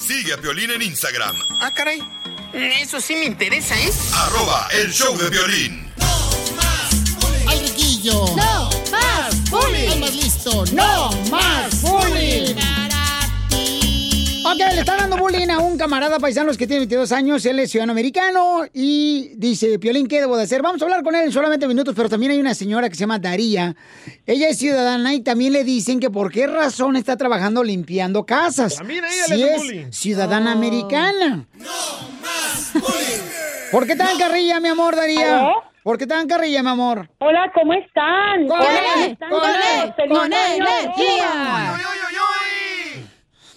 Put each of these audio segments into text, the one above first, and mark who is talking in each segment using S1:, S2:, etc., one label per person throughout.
S1: Sigue a Violín en Instagram,
S2: Ah, caray. Eso sí me interesa, ¿eh?
S1: arroba el show de violín.
S3: al riquillo. No más bullying. Al más listo. No más bullying.
S4: Ok, le está dando bullying a un camarada paisano que tiene 22 años, él es ciudadano americano y dice, Piolín, ¿qué debo de hacer? Vamos a hablar con él en solamente minutos, pero también hay una señora que se llama Daría. Ella es ciudadana y también le dicen que por qué razón está trabajando limpiando casas.
S5: También a ella
S4: si
S5: le hacen
S4: es
S5: bullying.
S4: ciudadana americana. No más ¿Por qué tan carrilla, mi amor, Daría?
S6: ¿Aló?
S4: ¿Por qué tan carrilla, mi amor?
S6: Hola, ¿cómo están?
S4: Con
S6: Hola,
S4: E,
S6: están
S4: con
S6: todos?
S4: E,
S6: Feliz
S4: con
S6: año
S4: energía.
S6: nuevo.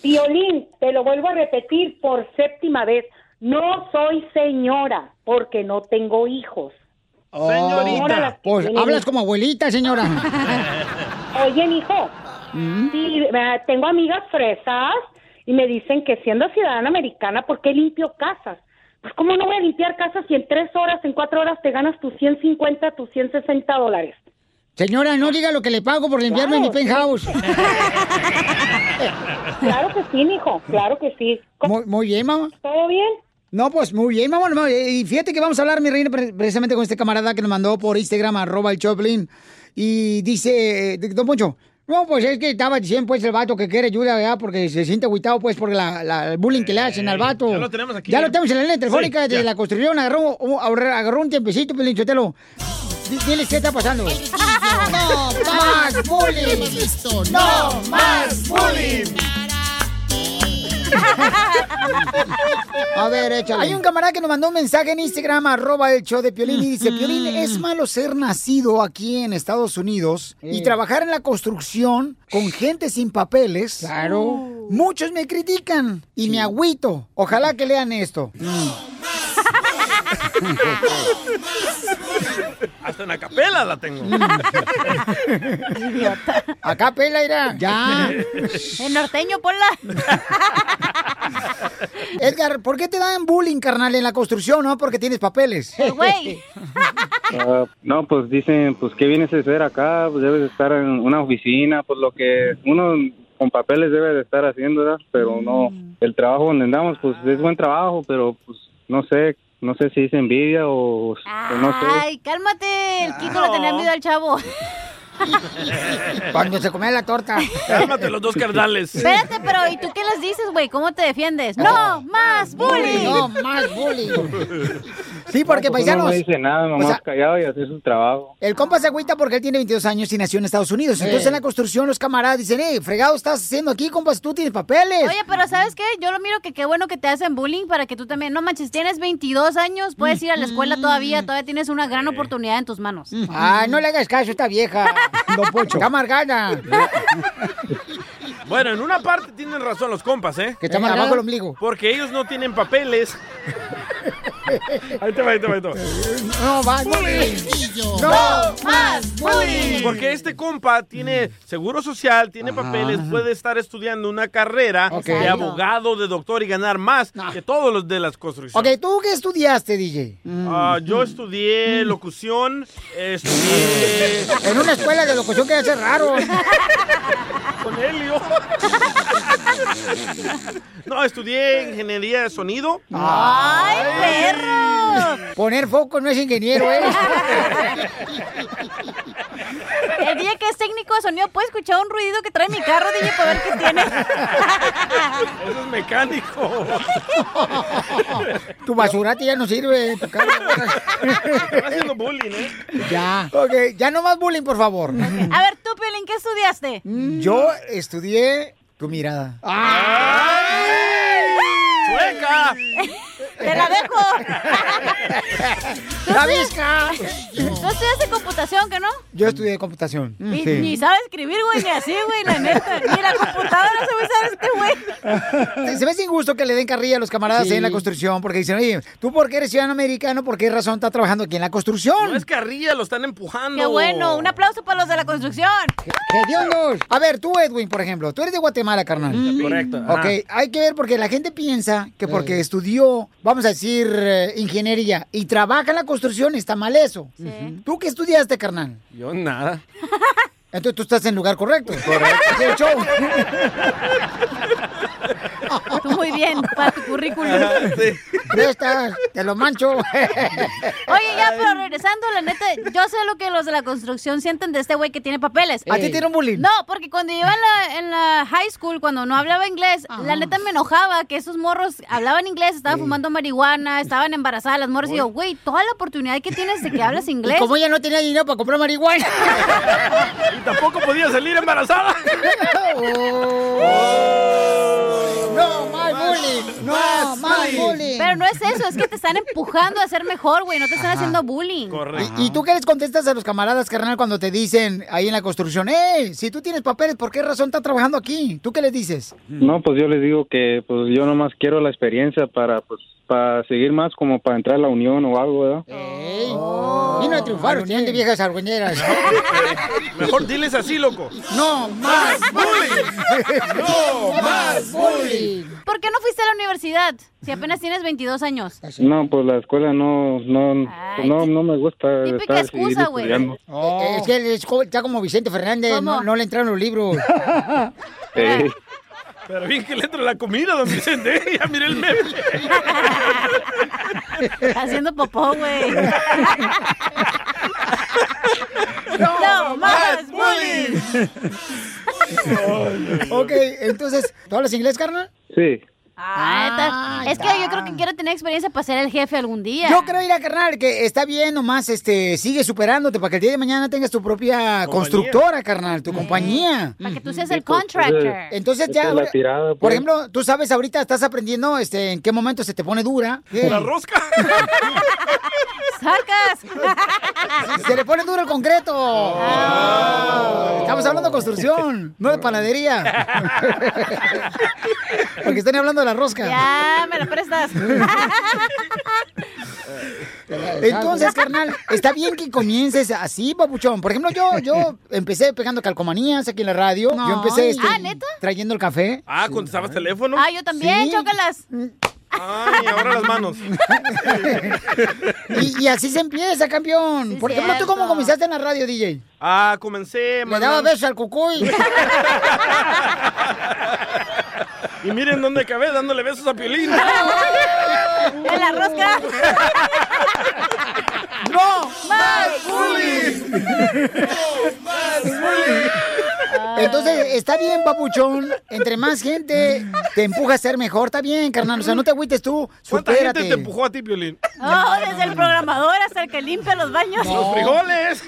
S6: Piolín, te lo vuelvo a repetir por séptima vez. No soy señora porque no tengo hijos.
S4: Señorita. Pues hablas como abuelita, señora.
S6: Oye, hijo,
S2: Mm.
S6: sí, eh, tengo amigas fresas y me dicen que siendo ciudadana americana, ¿por qué limpio casas? Pues, ¿cómo no voy a limpiar casas si en tres horas, en cuatro horas te ganas tus 150, tus 160 dólares?
S4: Señora, no diga lo que le pago por limpiarme
S6: Claro.
S4: mi penthouse.
S6: Claro que sí, hijo, claro que sí.
S4: Muy, muy bien, mamá.
S6: ¿Todo bien?
S4: No, pues muy bien, mamá. mamá. Eh, Y fíjate que vamos a hablar, mi reina, pre- precisamente con este camarada que nos mandó por Instagram, arroba el Choplin. Y dice, eh, don Poncho, no, pues es que estaba diciendo, pues, el vato que quiere ayuda, ¿verdad? Porque se siente agüitado, pues, por la, la- el bullying que le hacen al vato.
S5: ya lo tenemos aquí,
S4: Ya
S5: ¿eh?
S4: lo tenemos en la línea telefónica
S5: Sí,
S4: de
S5: ya.
S4: la construcción. Agarró, un- ahorra- agarró un tiempecito, Pelín Chotelo. Di- Diles qué está pasando.
S3: No
S4: más bullying.
S3: Al más listo.
S4: ¡No más bullying! A ver, échale. Hay un camarada que nos mandó un mensaje en Instagram, arroba el show de Piolín, y dice, Piolín, es malo ser nacido aquí en Estados Unidos y
S5: Eh.
S4: trabajar en la construcción con gente sin papeles. Oh.
S5: Claro.
S4: Muchos me critican y me agüito. Ojalá que lean esto.
S5: Hasta una capela la tengo.
S4: Mm. Acá pela irá. Ya.
S7: El norteño, ponla.
S4: Edgar, ¿por qué te dan bullying, carnal, en la construcción, no? Porque tienes papeles.
S7: Güey.
S8: Ah, no, pues dicen, pues qué vienes a hacer acá, pues debes de estar en una oficina, pues lo que uno con papeles debe de estar haciendo, ¿verdad? Pero no, el trabajo donde andamos, pues es buen trabajo, pero pues no sé, no sé si es envidia o, o no sé.
S7: Ay, cálmate. El Kiko le tenía envidia al chavo.
S4: Cuando se comía la torta.
S5: Cálmate los dos cardales.
S7: Espérate, pero ¿y tú qué les dices, güey? ¿Cómo te defiendes? ¡No más bullying!
S4: No, más bullying. Sí, porque
S8: Pues uno
S4: paisanos.
S8: no dice nada, nomás
S4: sea-
S8: callado y hacer su trabajo.
S4: El compa se agüita porque él tiene 22 años y nació en Estados Unidos. Entonces
S5: Eh.
S4: en la construcción los camaradas dicen, hey, fregado estás haciendo aquí, compas, tú tienes papeles.
S7: Oye, pero ¿sabes qué? Yo lo miro que qué bueno que te hacen bullying para que tú también... No manches, tienes 22 años, puedes ir a la escuela todavía, todavía tienes una gran oportunidad en tus manos.
S4: Ay, no le hagas caso a esta vieja. Está amargada.
S5: Bueno, en una parte tienen razón los compas, ¿eh?
S4: Que está mal abajo el ombligo.
S5: Porque ellos no tienen papeles. Ahí te va, ahí te va, ahí te va.
S4: No, va, bullying. No más bullying.
S5: Porque este compa tiene seguro social, tiene papeles, puede estar estudiando una carrera
S4: Ok.
S5: de
S4: Exacto.
S5: abogado, de doctor y ganar más que todos los de las
S4: Ok,
S5: construcciones.
S4: ¿tú qué estudiaste, DJ?
S7: Mm.
S5: Ah, yo estudié locución, estudié
S4: En una escuela de locución que hace raro.
S5: con Helio. No, estudié ingeniería de sonido.
S7: ¡Ay, perro!
S4: Poner foco no es ingeniero, ¿eh?
S7: El día que es técnico de sonido puede escuchar un ruido que trae mi carro, DJ, para ver qué tiene.
S5: Eso es mecánico.
S4: Tu basurate ya no sirve. Tu carro.
S5: haciendo bullying, ¿eh?
S4: ya. Ok, ya no más bullying, por favor.
S7: A ver, tú, Piolín, ¿qué estudiaste?
S4: Yo estudié tu mirada.
S7: Ah.
S5: ¡Sueca!
S7: ¡Te la dejo! ¿Tú
S4: La
S7: estudias- ¿Tú estudiaste computación, que no?
S4: Yo estudié computación.
S7: Ni,
S4: Sí.
S7: ni sabe escribir, güey, ni así, güey, la neta. Ni la computadora se me sabe este güey.
S4: Se se me hace injusto que le den carrilla a los camaradas
S7: Sí.
S4: ahí en la construcción porque dicen, oye, ¿tú por qué eres ciudadano americano? ¿Por qué razón estás trabajando aquí en la construcción?
S5: No es carrilla, lo están empujando.
S7: Qué bueno, un aplauso para los de la construcción.
S4: ¡Hediondos! A ver, tú, Edwin, por ejemplo, tú eres de Guatemala, carnal.
S5: Correcto, ajá.
S4: Ok, hay que ver porque la gente piensa que porque estudió, vamos a decir, eh, ingeniería y trabaja en la construcción, está mal eso. ¿Tú qué estudiaste, carnal?
S5: Yo nada.
S4: Entonces tú estás en el lugar correcto. Correcto. el show.
S7: Tú muy bien, para tu currículum.
S4: Ya está, te lo mancho.
S7: Oye, ya, pero regresando, la neta, yo sé lo que los de la construcción sienten de este güey que tiene papeles.
S4: ¿A ti te dieron bullying?
S7: No, porque cuando yo iba en la, en la high school, cuando no hablaba inglés, la neta me enojaba que esos morros hablaban inglés, estaban fumando marihuana, estaban embarazadas las morras. Y yo, güey, toda la oportunidad que tienes de que hablas inglés.
S4: Y como ella no tenía dinero para comprar marihuana.
S5: Y tampoco podía salir embarazada.
S4: No, más bullying. No, más bullying.
S7: Pero no es eso, es que te están empujando a ser mejor, güey, no te están haciendo bullying.
S4: ¿Y, y tú qué les contestas a los camaradas, carnal, cuando te dicen ahí en la construcción, hey, si tú tienes papeles, ¿por qué razón estás trabajando aquí? ¿Tú qué les dices?
S8: No, pues yo les digo que pues yo nomás quiero la experiencia para pues para seguir más como para entrar a la unión o algo, ¿verdad?
S4: Oh. Vino a triunfar, unión de viejas argüeñeras.
S5: Mejor diles así, loco.
S4: No más bullying.
S5: No
S4: más bullying.
S7: ¿Por qué no fuiste a la universidad si apenas tienes 22 años?
S8: No, pues la escuela no no pues no, no me gusta
S7: típica
S8: estar seguir
S7: excusa, güey.
S8: estudiando.
S4: Es que él es jo- está como Vicente Fernández, no, no le entraron los libros.
S8: Eh,
S5: Pero bien que le entra la comida, don Vicente. Ya miré el meme.
S7: Haciendo popó, güey. No, más bullying.
S4: ok, entonces, ¿tú hablas inglés, carnal?
S8: sí.
S7: Ah, está- es que yo creo que quiero tener experiencia para ser el jefe algún día.
S4: Yo creo, ir a carnal, que está bien nomás, este, sigue superándote para que el día de mañana tengas tu propia constructora, carnal, tu compañía.
S7: Para que tú seas el
S8: contractor.
S4: Entonces
S8: Esa
S4: ya,
S8: pues, es la tirada,
S4: por
S8: pues.
S4: ejemplo, tú sabes ahorita, estás aprendiendo este, en qué momento se te pone dura.
S5: La
S4: rosca.
S7: ¡Sacas!
S4: Se le pone duro el concreto.
S7: Ah.
S4: Estamos hablando de construcción, no de panadería. Porque están hablando de la rosca.
S7: Ya, me la prestas.
S4: Entonces, carnal, está bien que comiences así, papuchón. Por ejemplo, yo, yo empecé pegando calcomanías aquí en la radio. Yo empecé este,
S7: Ah, ¿neta?
S4: trayendo el café.
S5: Ah, ¿contestabas teléfono?
S7: Ah, yo también,
S4: Sí. Mm.
S7: chócalas.
S5: Ay, ahora las manos.
S4: Y, y así se empieza, campeón. Por ejemplo, ¿tú cómo comenzaste en la radio, DJ?
S5: Ah, comencé.
S4: Me
S5: mandando-
S4: daba besos al cucuy.
S5: Y miren dónde acabé, dándole besos a Piolín.
S7: En la rosca.
S4: ¡No!
S7: ¡Más
S4: Entonces, está bien, papuchón. Entre más gente te empuja a ser mejor, está bien, carnal. O sea, no te agüites tú.
S5: ¿Cuánta
S4: Supérate.
S5: gente te empujó a ti, Piolín?
S7: Oh, desde el programador hasta el que limpia los baños.
S5: Los frijoles.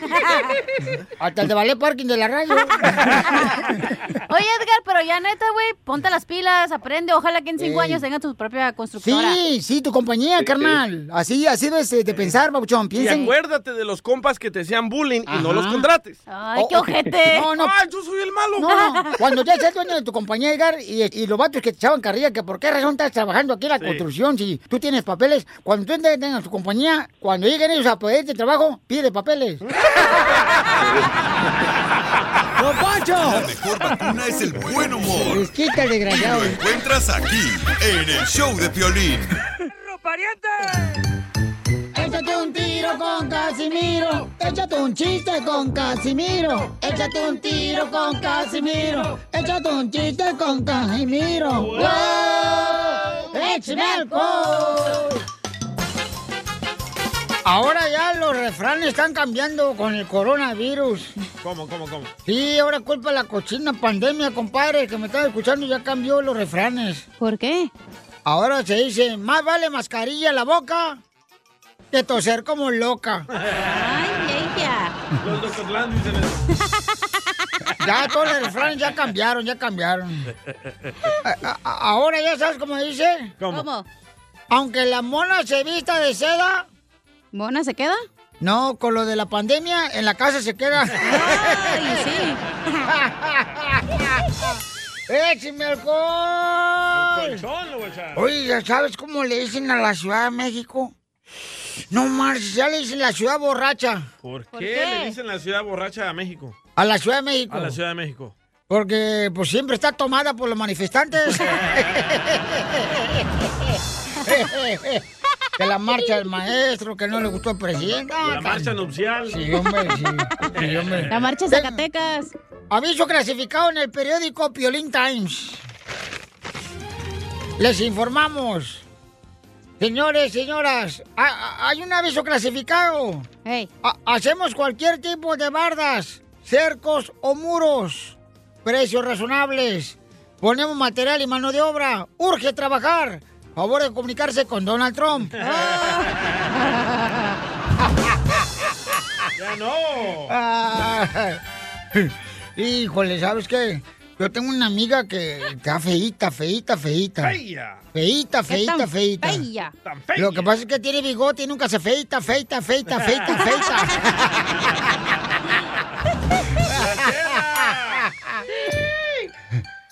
S4: Hasta el de Ballet Parking de la radio.
S7: Oye, Edgar, pero ya neta, güey, ponte las pilas, aprende. Ojalá que en cinco
S4: Ey.
S7: años tengas tu propia constructora.
S4: Sí, sí, tu compañía, carnal. Así, así debes eh, de pensar, papuchón.
S5: Y
S4: Piensa en...
S5: acuérdate de los compas que te hacían bullying y no los
S4: Ajá. Ah.
S5: contrates.
S7: Ay,
S4: qué ojete. Oh, No, no.
S5: Ay, yo soy el malo.
S4: No, cuando ya seas dueño de tu compañía, Edgar, y, y los vatos que te echaban carrilla, que por qué razón estás trabajando aquí en la
S5: Sí.
S4: construcción si tú tienes papeles, cuando tú tengas tu compañía, cuando lleguen ellos a pedirte trabajo, pide papeles. ¡No,
S1: La
S4: Poncho!
S1: mejor vacuna es el buen humor.
S4: Les quita el desgraciado.
S1: Lo encuentras aquí, en el show de Piolín.
S4: Échate un tiro con Casimiro. Échate un chiste con Casimiro. Échate un tiro con Casimiro. Échate un chiste con Casimiro. ¡Wow! ¡Échame alcohol! Ahora ya los refranes están cambiando con el coronavirus.
S5: ¿Cómo, cómo, cómo?
S4: Sí, ahora culpa de la cochina pandemia, compadre, que me estaba escuchando, ya cambió los refranes.
S9: ¿Por qué?
S4: Ahora se dice, más vale mascarilla en la boca que toser como loca.
S9: Ay, ella.
S5: Los Dr. Landy se les...
S4: Ya todos los refranes ya cambiaron, ya cambiaron. A- a- a- ahora ya sabes cómo dice.
S9: ¿Cómo? ¿Cómo?
S4: Aunque la mona se vista de seda.
S9: ¿Mona se queda?
S4: No, con lo de la pandemia, en la casa se queda. ¡Écheme alcohol!
S5: Colchón, lo voy a echar.
S4: Oye, ¿ya sabes cómo le dicen a la Ciudad de México? No más, ya le dicen la ciudad borracha.
S5: ¿Por,
S4: ¿Por
S5: qué,
S4: qué?
S5: le dicen la ciudad borracha a México?
S4: A la Ciudad de México.
S5: A la Ciudad de México.
S4: Porque pues siempre está tomada por los manifestantes. que la marcha del maestro, que no le gustó al presidente.
S5: La marcha nupcial.
S4: Ah, Sí, hombre, sí. sí, hombre.
S9: La marcha Zacatecas.
S4: Aviso clasificado en el periódico Piolín Times. Les informamos. Señores, señoras, ha- ha- hay un aviso clasificado. Ha- hacemos cualquier tipo de bardas, cercos o muros. Precios razonables. Ponemos material y mano de obra. Urge trabajar. Favor de comunicarse con Donald Trump.
S5: ¡Ya no!
S4: Ah, Híjole, ¿sabes qué? Yo tengo una amiga que está feíta, feíta, feíta.
S5: Feia.
S4: Feíta,
S5: Es
S4: feíta,
S5: tan
S4: feíta.
S5: feia. Tan
S4: Lo que pasa es que tiene bigote y nunca se feita, feita, feita, feita, feita.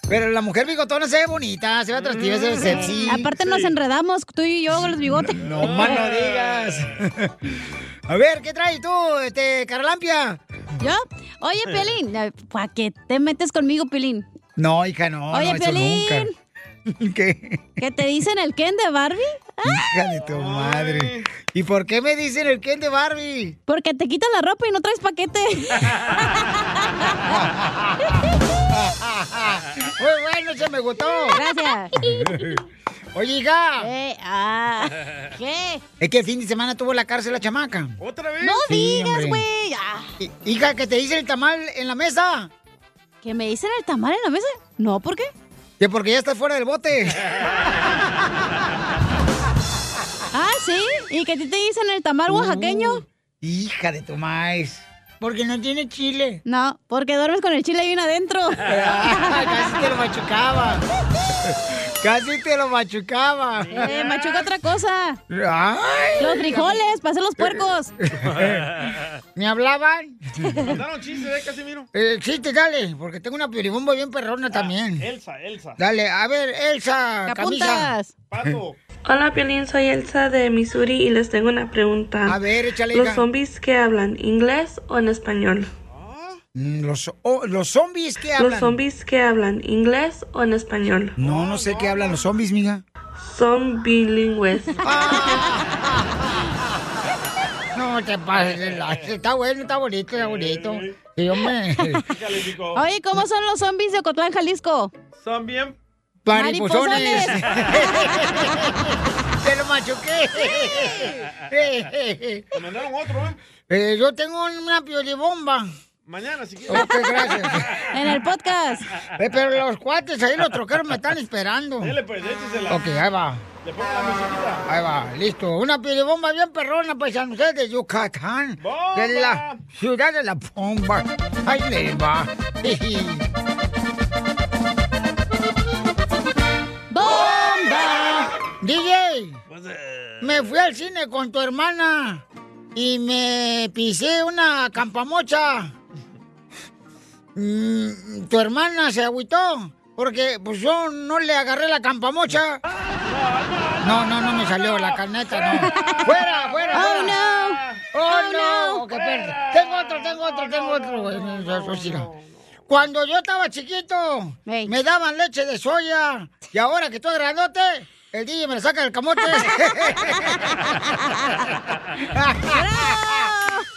S4: Pero la mujer bigotona se ve bonita, se ve atractiva, se ve
S5: Mm.
S4: sexy.
S9: Aparte nos enredamos tú y yo con los bigotes.
S4: No más no digas. A ver, ¿qué traes tú, este, Carlampia?
S9: ¿Yo? Oye, Pelín, ¿para qué te metes conmigo, Pelín?
S4: No, hija, no,
S9: Oye,
S4: no, eso
S9: Piolín.
S4: nunca. ¿Qué?
S9: ¿Qué te dicen el Ken de Barbie?
S4: Hija de tu madre. ¿Y por qué me dicen el Ken de Barbie?
S9: Porque te quitan la ropa y no traes paquete.
S4: Muy bueno, se me gustó.
S9: Gracias. Eh,
S4: Oye, hija.
S9: ah, ¿Qué?
S4: Es que el fin de semana tuvo la cárcel la chamaca.
S5: ¿Otra
S9: No digas, güey.
S4: Hi- Hija, que te dicen el tamal en la mesa.
S9: ¿Que me dicen el tamal en la mesa? No, ¿por qué?
S4: Que porque ya estás fuera del bote.
S9: Ah, sí. ¿Y que a ti te dicen el tamal oaxaqueño?
S4: Hija de tu maíz. Porque no tiene chile.
S9: No, porque duermes con el chile bien adentro.
S4: Ah, Casi te lo machucaba. Casi te lo machucaba.
S9: Eh, machuca otra cosa.
S4: Ay.
S9: los frijoles, para hacer los puercos.
S4: ¿Me hablaban?
S5: Mandaron chistes, ¿eh, Casimiro?
S4: Eh, chiste, dale, porque tengo una piribomba bien perrona también.
S5: Elsa, Elsa.
S4: Dale, a ver, Elsa,
S5: ¿Qué
S4: camisa.
S5: apuntas? Pato.
S10: Hola, Piolín, soy Elsa de Missouri y les tengo una pregunta.
S4: A ver, échale,
S10: ¿Los
S4: hija.
S10: zombies qué hablan? ¿Inglés o en español?
S4: Mm, Los, oh, los zombies que hablan.
S10: ¿Los zombies qué hablan? ¿Inglés o en español?
S4: No, no sé qué hablan los zombies, miga.
S10: Son bilingües.
S4: No te pases, de la- está bueno, está bonito, está bonito. Sí, hombre.
S9: Oye, ¿cómo son los zombies de Ocotlán, Jalisco?
S5: Son bien.
S4: Mariposones.
S9: Mariposones.
S4: Te lo machuqué.
S5: Te mandaron otro, ¿eh?
S4: Eh, yo tengo una piolibomba.
S5: Mañana, si quieres.
S4: Ok, gracias. Eh,
S9: En el podcast.
S4: pero los cuates ahí, los troqueros me están esperando.
S5: Dele, pues, échesela.
S4: Ok, ahí va.
S5: Le pongo la musiquita.
S4: Ahí va, listo. Una piribomba bien perrona, pues, a ustedes de Yucatán. De la ciudad de la bomba. Ahí les va. ¡Bomba! DJ, me fui al cine con tu hermana y me pisé una campamocha. Mm, tu hermana se agüitó porque pues yo no le agarré la campamocha. No, no, no me salió la carneta, no. ¡Fuera, fuera!
S9: Oh,
S4: fuera!
S9: no.
S4: ¡Oh,
S9: Oh,
S4: no!
S9: no.
S4: Ok, espérate. Tengo otro, tengo otro, tengo otro. güey. No, no, no, sí, no. Cuando yo estaba chiquito, me daban leche de soya. Y ahora que estoy grandote, el DJ me la saca del camote.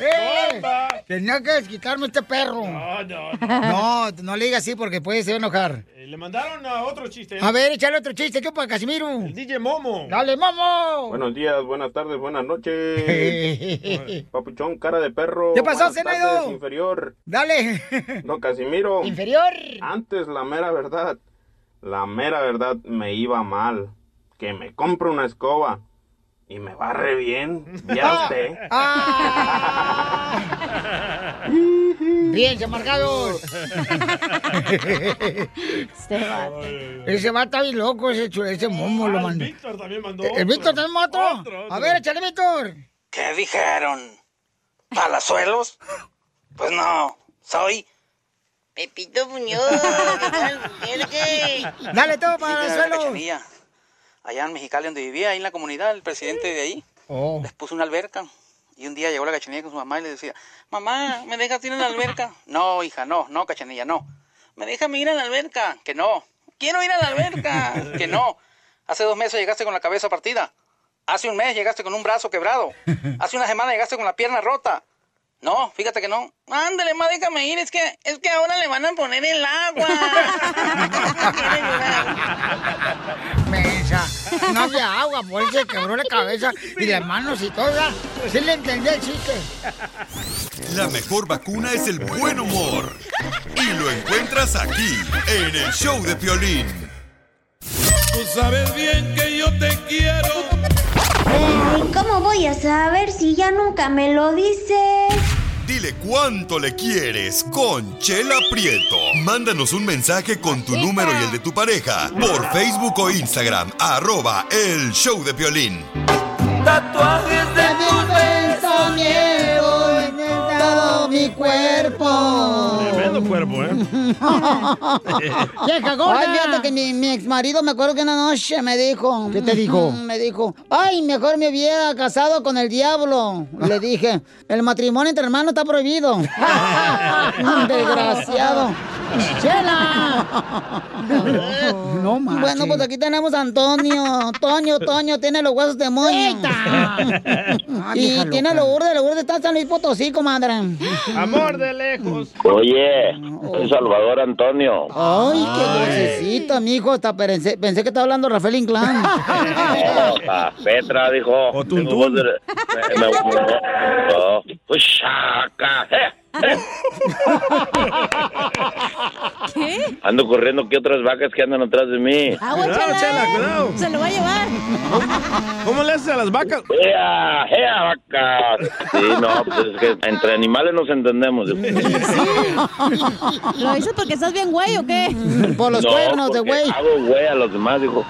S4: ¡Eh! Tenía que desquitarme este perro. No, no, no. No, le digas así porque puede ser enojar.
S11: Eh, Le mandaron a otro
S5: ¿eh?
S11: chiste.
S4: A ver, échale otro chiste, ¿qué para Casimiro? El
S11: DJ Momo.
S4: ¡Dale, Momo!
S5: Buenos días, buenas tardes, buenas noches. Papuchón, cara de perro.
S4: ¿Qué pasó,
S5: Buenas
S4: Zenedo?
S5: tardes, inferior.
S4: Dale.
S5: No, Casimiro.
S4: Inferior.
S5: Antes, la mera verdad. La mera verdad me iba mal. Que me compro una escoba y me barre bien.
S4: Ah.
S5: Ya
S12: Ah.
S5: usted.
S4: Ah. Bien, amargados. este vato. Ese vato está bien loco, ese, chu- ese momo lo mandó.
S11: Víctor también mandó.
S4: ¿El Víctor también mandó otro? A ver, échale, Víctor.
S13: ¿Qué dijeron? ¿Palazuelos? Pues no, soy Pepito Muñoz. ¿Qué tal? Mira que-
S4: Dale todo,
S13: Dicen que era la
S4: Palazuelos.
S13: cachanilla. Allá en Mexicali, donde vivía, ahí en la comunidad, el presidente de ahí
S4: Oh.
S13: les puso una alberca. Y un día llegó la cachanilla con su mamá y le decía, mamá, ¿me dejas ir a la alberca? No, hija, no, no, cachanilla, no. ¿Me dejas ir a la alberca? Que no. Quiero ir a la alberca. Que no. Hace dos meses llegaste con la cabeza partida. Hace un mes llegaste con un brazo quebrado. Hace una semana llegaste con la pierna rota. No, fíjate que no. Ándale, ma, déjame ir. Es que, es que ahora le van a poner el agua.
S4: Mensa. No había agua, por eso se quebró la cabeza y las manos y todo. ¿verdad? Sí le entendí el chiste.
S1: La mejor vacuna es el buen humor. Y lo encuentras aquí, en el show de Piolín.
S12: Tú sabes bien que yo te quiero.
S14: Ay, ¿cómo voy a saber si ya nunca me lo dices?
S1: Dile cuánto le quieres con Chela Prieto. Mándanos un mensaje con tu número y el de tu pareja por Facebook o Instagram, arroba el show de Piolín.
S12: Tatuajes de tus
S4: besos, miedo en todo mi cuerpo.
S11: Tremendo cuerpo, ¿eh?
S4: Vieja gorda. Ay, fíjate que mi, mi ex marido me acuerdo que una noche me dijo. ¿Qué te dijo? Me dijo, ay, mejor me hubiera casado con el diablo. Le dije, el matrimonio entre hermanos está prohibido. Desgraciado. ¡Chela! No más. Bueno, pues aquí tenemos a Antonio. Toño, Toño, tiene los huesos de moño. y
S12: vieja
S4: tiene los urdes, los urdes está en San Luis Potosí, comadre.
S11: Amor de lejos.
S15: Oye, soy Salvador Antonio.
S4: Oh. Ay, qué dulcecita, mijo. Hasta pensé, pensé que estaba hablando Rafael Inclán.
S15: No, pa, Petra dijo. O tú, tú. Me, me- me- no. Pues, saca, eh.
S12: ¿Qué?
S15: Ando corriendo que otras vacas que andan atrás de mí.
S12: Cuidado, chela, cuidado. Se lo va a llevar.
S15: ¿Cómo le haces a las vacas? ¡Ea, ea, vacas! Sí, no, pues es que entre animales nos entendemos.
S7: ¿Lo dices porque estás bien güey o qué?
S4: Mm, Por
S15: No, porque Hago güey a los demás, dijo.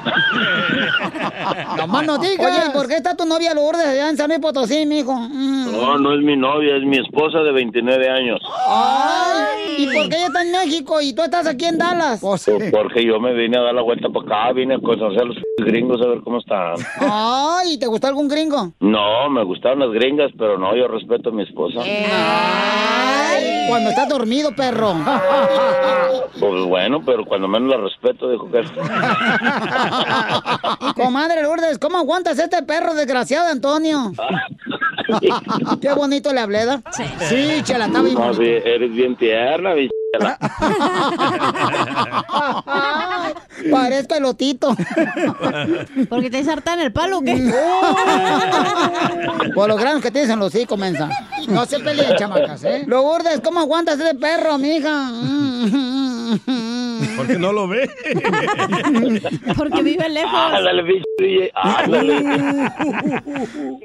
S4: Nomás no digas. Oye, ¿y por qué está tu novia Lourdes allá en San Luis Potosí, mijo? Mm.
S15: No, no es mi novia, es mi esposa de 29 años.
S4: Ay, ¿y por qué ella está en México y tú estás aquí en Dallas?
S15: Por- Pues Porque yo me vine a dar la vuelta para acá, vine a conocer a los gringos a ver cómo están.
S4: Ay, ¿te gustó algún gringo?
S15: No, me gustaron las gringas, pero no, yo respeto a mi esposa.
S4: Eh. Ay, cuando estás dormido, perro.
S15: Pues bueno, pero cuando menos la respeto, dijo que...
S4: Comadre Lourdes, ¿cómo aguantas este perro desgraciado, Antonio? Qué bonito le hablé, ¿da? Sí. Sí, chela, está bien.
S15: No, sí, eres bien tierna, bichela.
S4: Parezco elotito.
S7: Porque te sartan el palo, o ¿qué?
S4: Por Pues los granos que tienes en los hijos, mensa. No se peleen, chamacas, ¿eh? Lourdes, ¿cómo aguantas ese perro, mija?
S11: Porque no lo ve.
S7: Porque vive lejos.
S15: Ándale, bicho, DJ, ándale.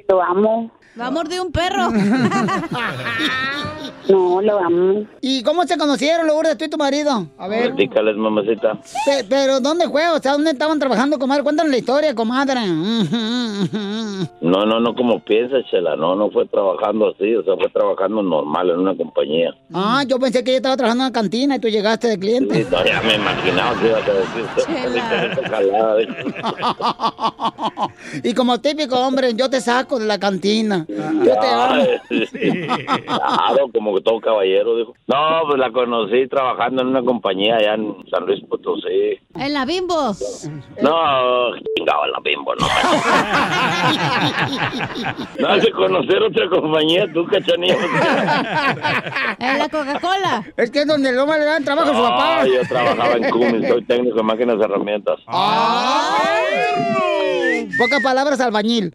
S7: Lo amo. Va a morder un perro.
S4: No, lo amo. ¿Y cómo se conocieron, Lourdes, tú y tu marido? A ver.
S15: Platícales, Pues mamacita.
S4: Pe- pero, ¿dónde fue? O sea, ¿dónde estaban trabajando, comadre? Cuéntanos la historia, comadre.
S15: No, no, no como piensas, chela. No, no fue trabajando así, o sea, fue trabajando normal en una compañía.
S4: Ah, yo pensé que ella estaba trabajando en la cantina y tú llegaste de cliente.
S15: Sí, no, ya me imaginado que ibas a decir esa jalada.
S4: Y como típico hombre, yo te saco de la cantina. Yo te
S15: Ay,
S4: amo.
S15: Ah, sí. Claro, como que todo caballero, dijo. No, pues la conocí trabajando en una compañía allá en San Luis Potosí.
S7: En la bimbo.
S15: No, chingaba la bimbo, no. No hace conocer otra compañía, tú, cachanilla.
S7: En Eh, la Coca-Cola.
S4: Es que es donde no le dan trabajo a su papá.
S15: Ah, yo trabajaba en Cummins, soy técnico de máquinas y herramientas.
S4: Ah. Pocas palabras, albañil.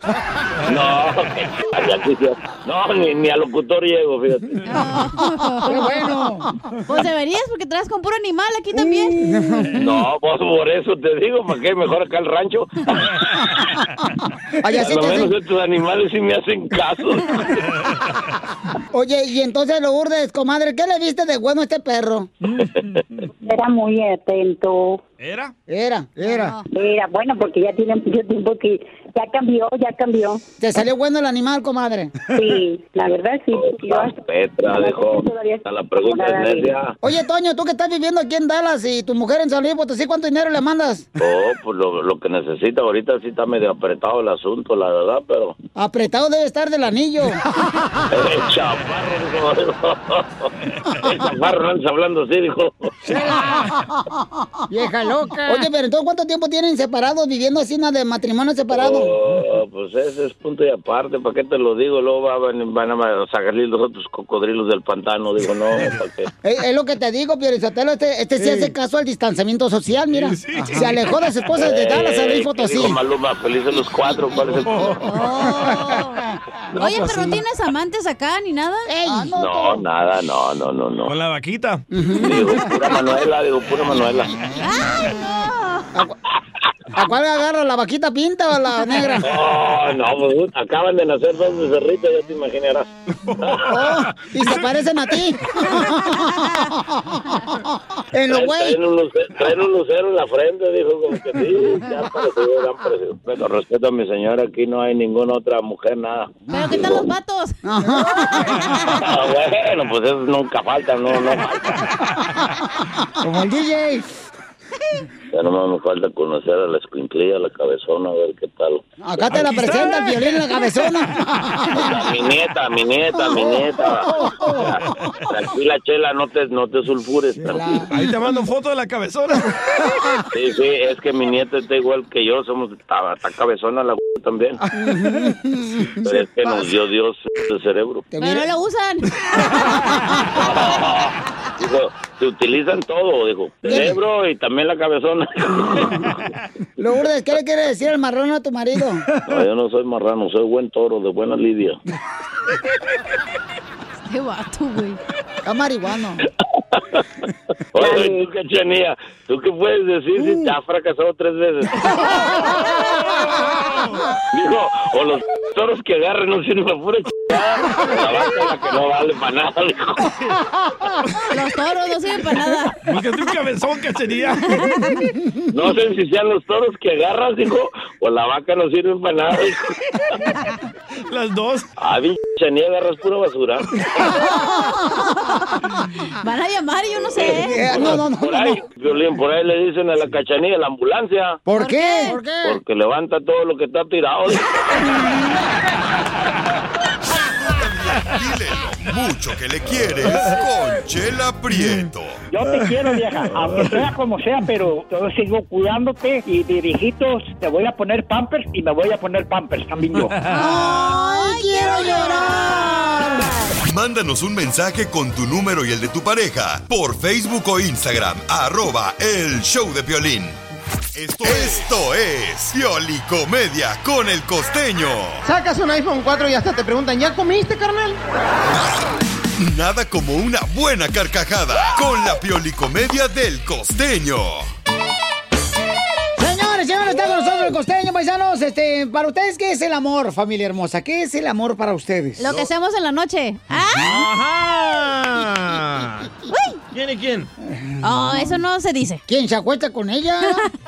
S15: No, allá quisiera- no ni, ni a locutor llego, fíjate.
S4: ¡Qué bueno!
S7: Pues deberías porque traes con puro animal aquí también.
S15: No, pues por eso te digo, ¿para qué? Mejor acá el rancho.
S4: Ay,
S15: a
S4: así
S15: lo
S4: te
S15: menos estos animales sí me hacen caso.
S4: Oye, y entonces Lourdes, comadre, ¿qué le viste de bueno a este perro?
S16: Era muy atento.
S4: ¿Era? Era, era.
S16: Era bueno porque ya tiene mucho tiempo que ya cambió, ya cambió.
S4: ¿Te salió bueno el animal, comadre?
S16: Sí, la verdad sí. porque yo hasta-
S15: Petra, dejó a la pregunta es necia.
S4: Oye, Toño, tú que estás viviendo aquí en Dallas y tu mujer en San Luis Potosí, ¿cuánto dinero le mandas?
S15: Oh, pues lo, lo que necesita ahorita sí está medio apretado el asunto, la verdad, pero...
S4: Apretado debe estar del anillo.
S15: El chaparro, dijo. El chaparro no andas hablando así, dijo.
S4: Vieja loca. Oye, pero entonces, ¿cuánto tiempo tienen separados, viviendo así, nada de matrimonio separado?
S15: Oh, pues ese es punto y aparte, ¿para qué te lo digo? Luego va- van, van a sacarle los otros cocodrilos del pantano, digo, no, ¿para qué?
S4: Es, es lo que te digo, Piorizotelo, este, este sí,
S15: Sí.
S4: hace caso al distanciamiento social, mira. Se alejó de su esposa de Dallas a
S15: Eh,
S4: Luis
S15: ¿qué
S4: Potosí.
S15: Dijo Maluma, felices los cuatro, ¿cuál es el
S7: Oye, pero no tienes amantes acá ni nada. Ah, no.
S15: No, nada, no, no, no, no. Con la vaquita. Digo, pura Manuela, digo, pura Manuela.
S4: ¿A cuál agarra? ¿La vaquita pinta o la negra?
S15: Oh, no, pues, acaban de nacer dos becerritos, ya te imaginarás.
S4: Oh, Y se parecen a ti. en los
S15: Traen-
S4: güey.
S15: Traen un, luce- traen un lucero en la frente, dijo, como que sí, ya parecido, ya parecido. Pero respeto a mi señora, aquí no hay ninguna otra mujer, nada.
S7: Pero ¿qué tal los vatos?
S15: Ah, bueno, pues eso nunca falta, no, no falta.
S4: Como el DJ.
S15: Ya nomás me falta conocer a la escuinclilla, a la cabezona, a ver qué tal.
S4: Acá te la presenta el violín en la cabezona.
S15: A mi nieta, a mi nieta, a mi nieta. Tranquila, Chela, no te, no te sulfures. tranquila.
S17: Ahí te mando foto de la cabezona.
S15: Sí, sí, es que mi nieta está igual que yo, somos está está cabezona la también. Pero es que nos dio Dios el cerebro.
S7: Pero no lo usan.
S15: Dijo, se utilizan todo, dijo, cerebro y también la cabezona.
S4: Lourdes, ¿qué le quiere decir el marrón a tu marido?
S15: No, yo no soy marrano, soy buen toro, de buena lidia.
S4: Qué Este vato, güey. Está marihuano.
S15: Oye, ¿y tú qué chenía? ¿Tú qué puedes decir si te has fracasado tres veces? Dijo, o los toros que agarren no sirven para pura chingada, o la vaca la que no vale para nada, dijo.
S7: Los toros no sirven para nada.
S17: Búscate un cabezón, cachanilla.
S15: No sé si sean los toros que agarras, dijo, o la vaca no sirve para nada, dijo. Las dos. Ah, bien, chenía, agarras pura basura.
S7: Van a llamar y yo no
S15: Eh,
S7: sé. ¿eh?
S15: Por ahí, Violín, por ahí le dicen a la cachanilla, la ambulancia.
S4: ¿Por qué? ¿Por qué?
S15: Porque levanta todo lo que está tirado. dijo.
S1: Dile lo mucho que le quieres con Chela Prieto.
S18: Yo
S1: Ah.
S18: te quiero, vieja, aunque sea como sea, pero yo sigo cuidándote y de viejitos te voy a poner pampers y me voy a poner pampers también yo.
S4: ¡Ay, quiero llorar!
S1: Mándanos un mensaje con tu número y el de tu pareja por Facebook o Instagram, arroba el show de Piolín. Esto, esto es Pioli Comedia con el costeño.
S12: Sacas un iPhone 4 y hasta te preguntan, ¿ya comiste, carnal?
S1: Nada como una buena carcajada con la Pioli Comedia del costeño.
S4: Señores, señores, está con nosotros el costeño, paisanos. Este, para ustedes, ¿qué es el amor, familia hermosa? ¿Qué es el amor para ustedes?
S7: Lo que hacemos en la noche. ¡Ah!
S4: ¿Quién y quién?
S7: Oh, eso no se dice.
S4: ¿Quién se acuesta con ella?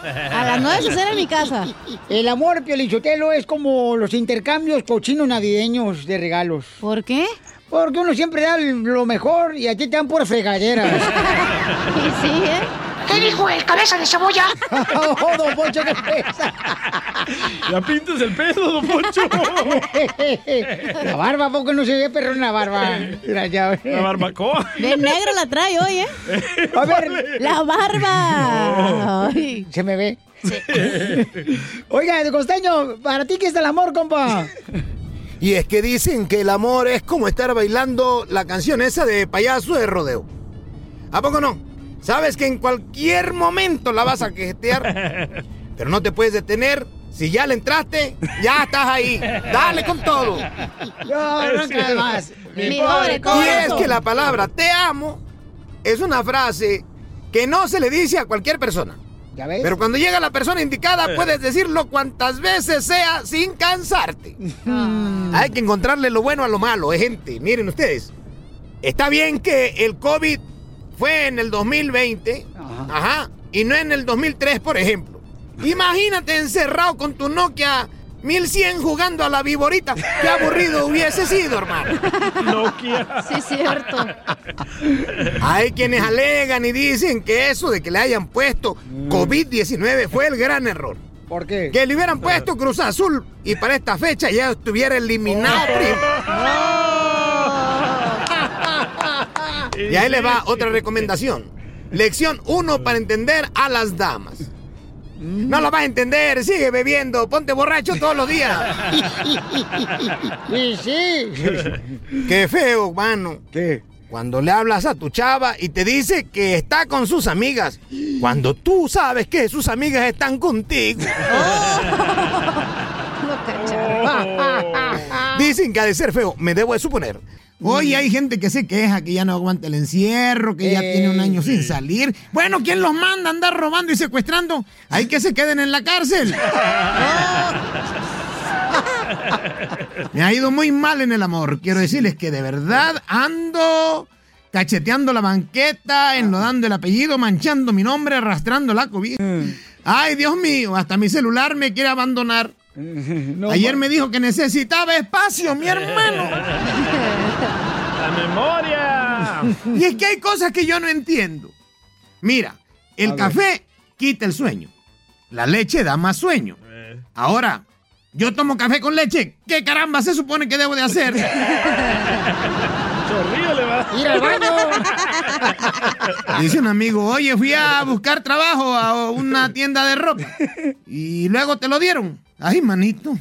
S7: A las nueve se cena en mi casa.
S4: El amor, Piolichotelo, es como los intercambios cochinos navideños de regalos.
S7: ¿Por qué?
S4: Porque uno siempre da lo mejor y a ti te dan por fregaderas.
S7: Sí, ¿eh?
S12: ¿Qué dijo el cabeza de cebolla? oh, don Poncho, qué pesa.
S17: Ya pintas el peso, don Poncho.
S4: La barba, ¿a poco no se ve perro en la barba? Mira, ya, ve.
S17: La barbacoa.
S7: De negro la trae hoy, ¿eh?
S4: A ver.
S7: La barba.
S4: Ay, Se me ve. Oiga, de costeño, ¿para ti qué es el amor, compa?
S2: Y es que dicen que el amor es como estar bailando la canción esa de payaso de rodeo. ¿A poco no? Sabes que en cualquier momento la vas a quejetear, pero no te puedes detener. Si ya le entraste, ya estás ahí. Dale con todo.
S4: Yo arranca más. Mi Mi pobre pobre
S2: Y es
S4: corazón.
S2: que la palabra te amo es una frase que no se le dice a cualquier persona.
S4: ¿Ya ves?
S2: Pero cuando llega la persona indicada, puedes decirlo cuantas veces sea sin cansarte.
S4: Ah.
S2: Hay que encontrarle lo bueno a lo malo, eh, gente. Miren ustedes. Está bien que el COVID fue en el 2020, ajá. y no en el 2003, por ejemplo. Imagínate encerrado con tu Nokia 1100 jugando a la viborita. Qué aburrido hubiese sido, hermano.
S17: Nokia.
S7: Sí, cierto.
S2: Hay quienes alegan y dicen que eso de que le hayan puesto COVID-19 fue el gran error.
S4: Mm. ¿Por qué?
S2: Que le hubieran puesto Cruz Azul y para esta fecha ya estuviera eliminado.
S4: Oh.
S2: primo. Y ahí le va otra recomendación. Lección 1 para entender a las damas. No lo vas a entender, sigue bebiendo, ponte borracho todos los días.
S4: Sí, sí.
S2: Qué feo, mano. ¿Qué? Cuando le hablas a tu chava y te dice que está con sus amigas, cuando tú sabes que sus amigas están contigo. Dicen que ha de ser feo, me debo de suponer. Hoy hay gente que se queja que ya no aguanta el encierro, que ya
S12: Ey.
S2: tiene un año sin salir. Bueno, ¿quién los manda a andar robando y secuestrando? Hay que se queden en la cárcel. Me ha ido muy mal en el amor. Quiero decirles que de verdad ando cacheteando la banqueta, enlodando el apellido, manchando mi nombre, arrastrando la cobija. Ay, Dios mío, hasta mi celular me quiere abandonar. Ayer me dijo que necesitaba espacio, mi hermano.
S17: ¡La memoria!
S2: Y es que hay cosas que yo no entiendo. Mira, el café quita el sueño. La leche da más sueño. Ahora, yo tomo café con leche. ¿Qué caramba se supone que debo de hacer?
S17: Chorrillo le va.
S4: Ir al baño.
S2: Dice un amigo, oye, fui a buscar trabajo a una tienda de ropa. Y luego te lo dieron. Ay, manito.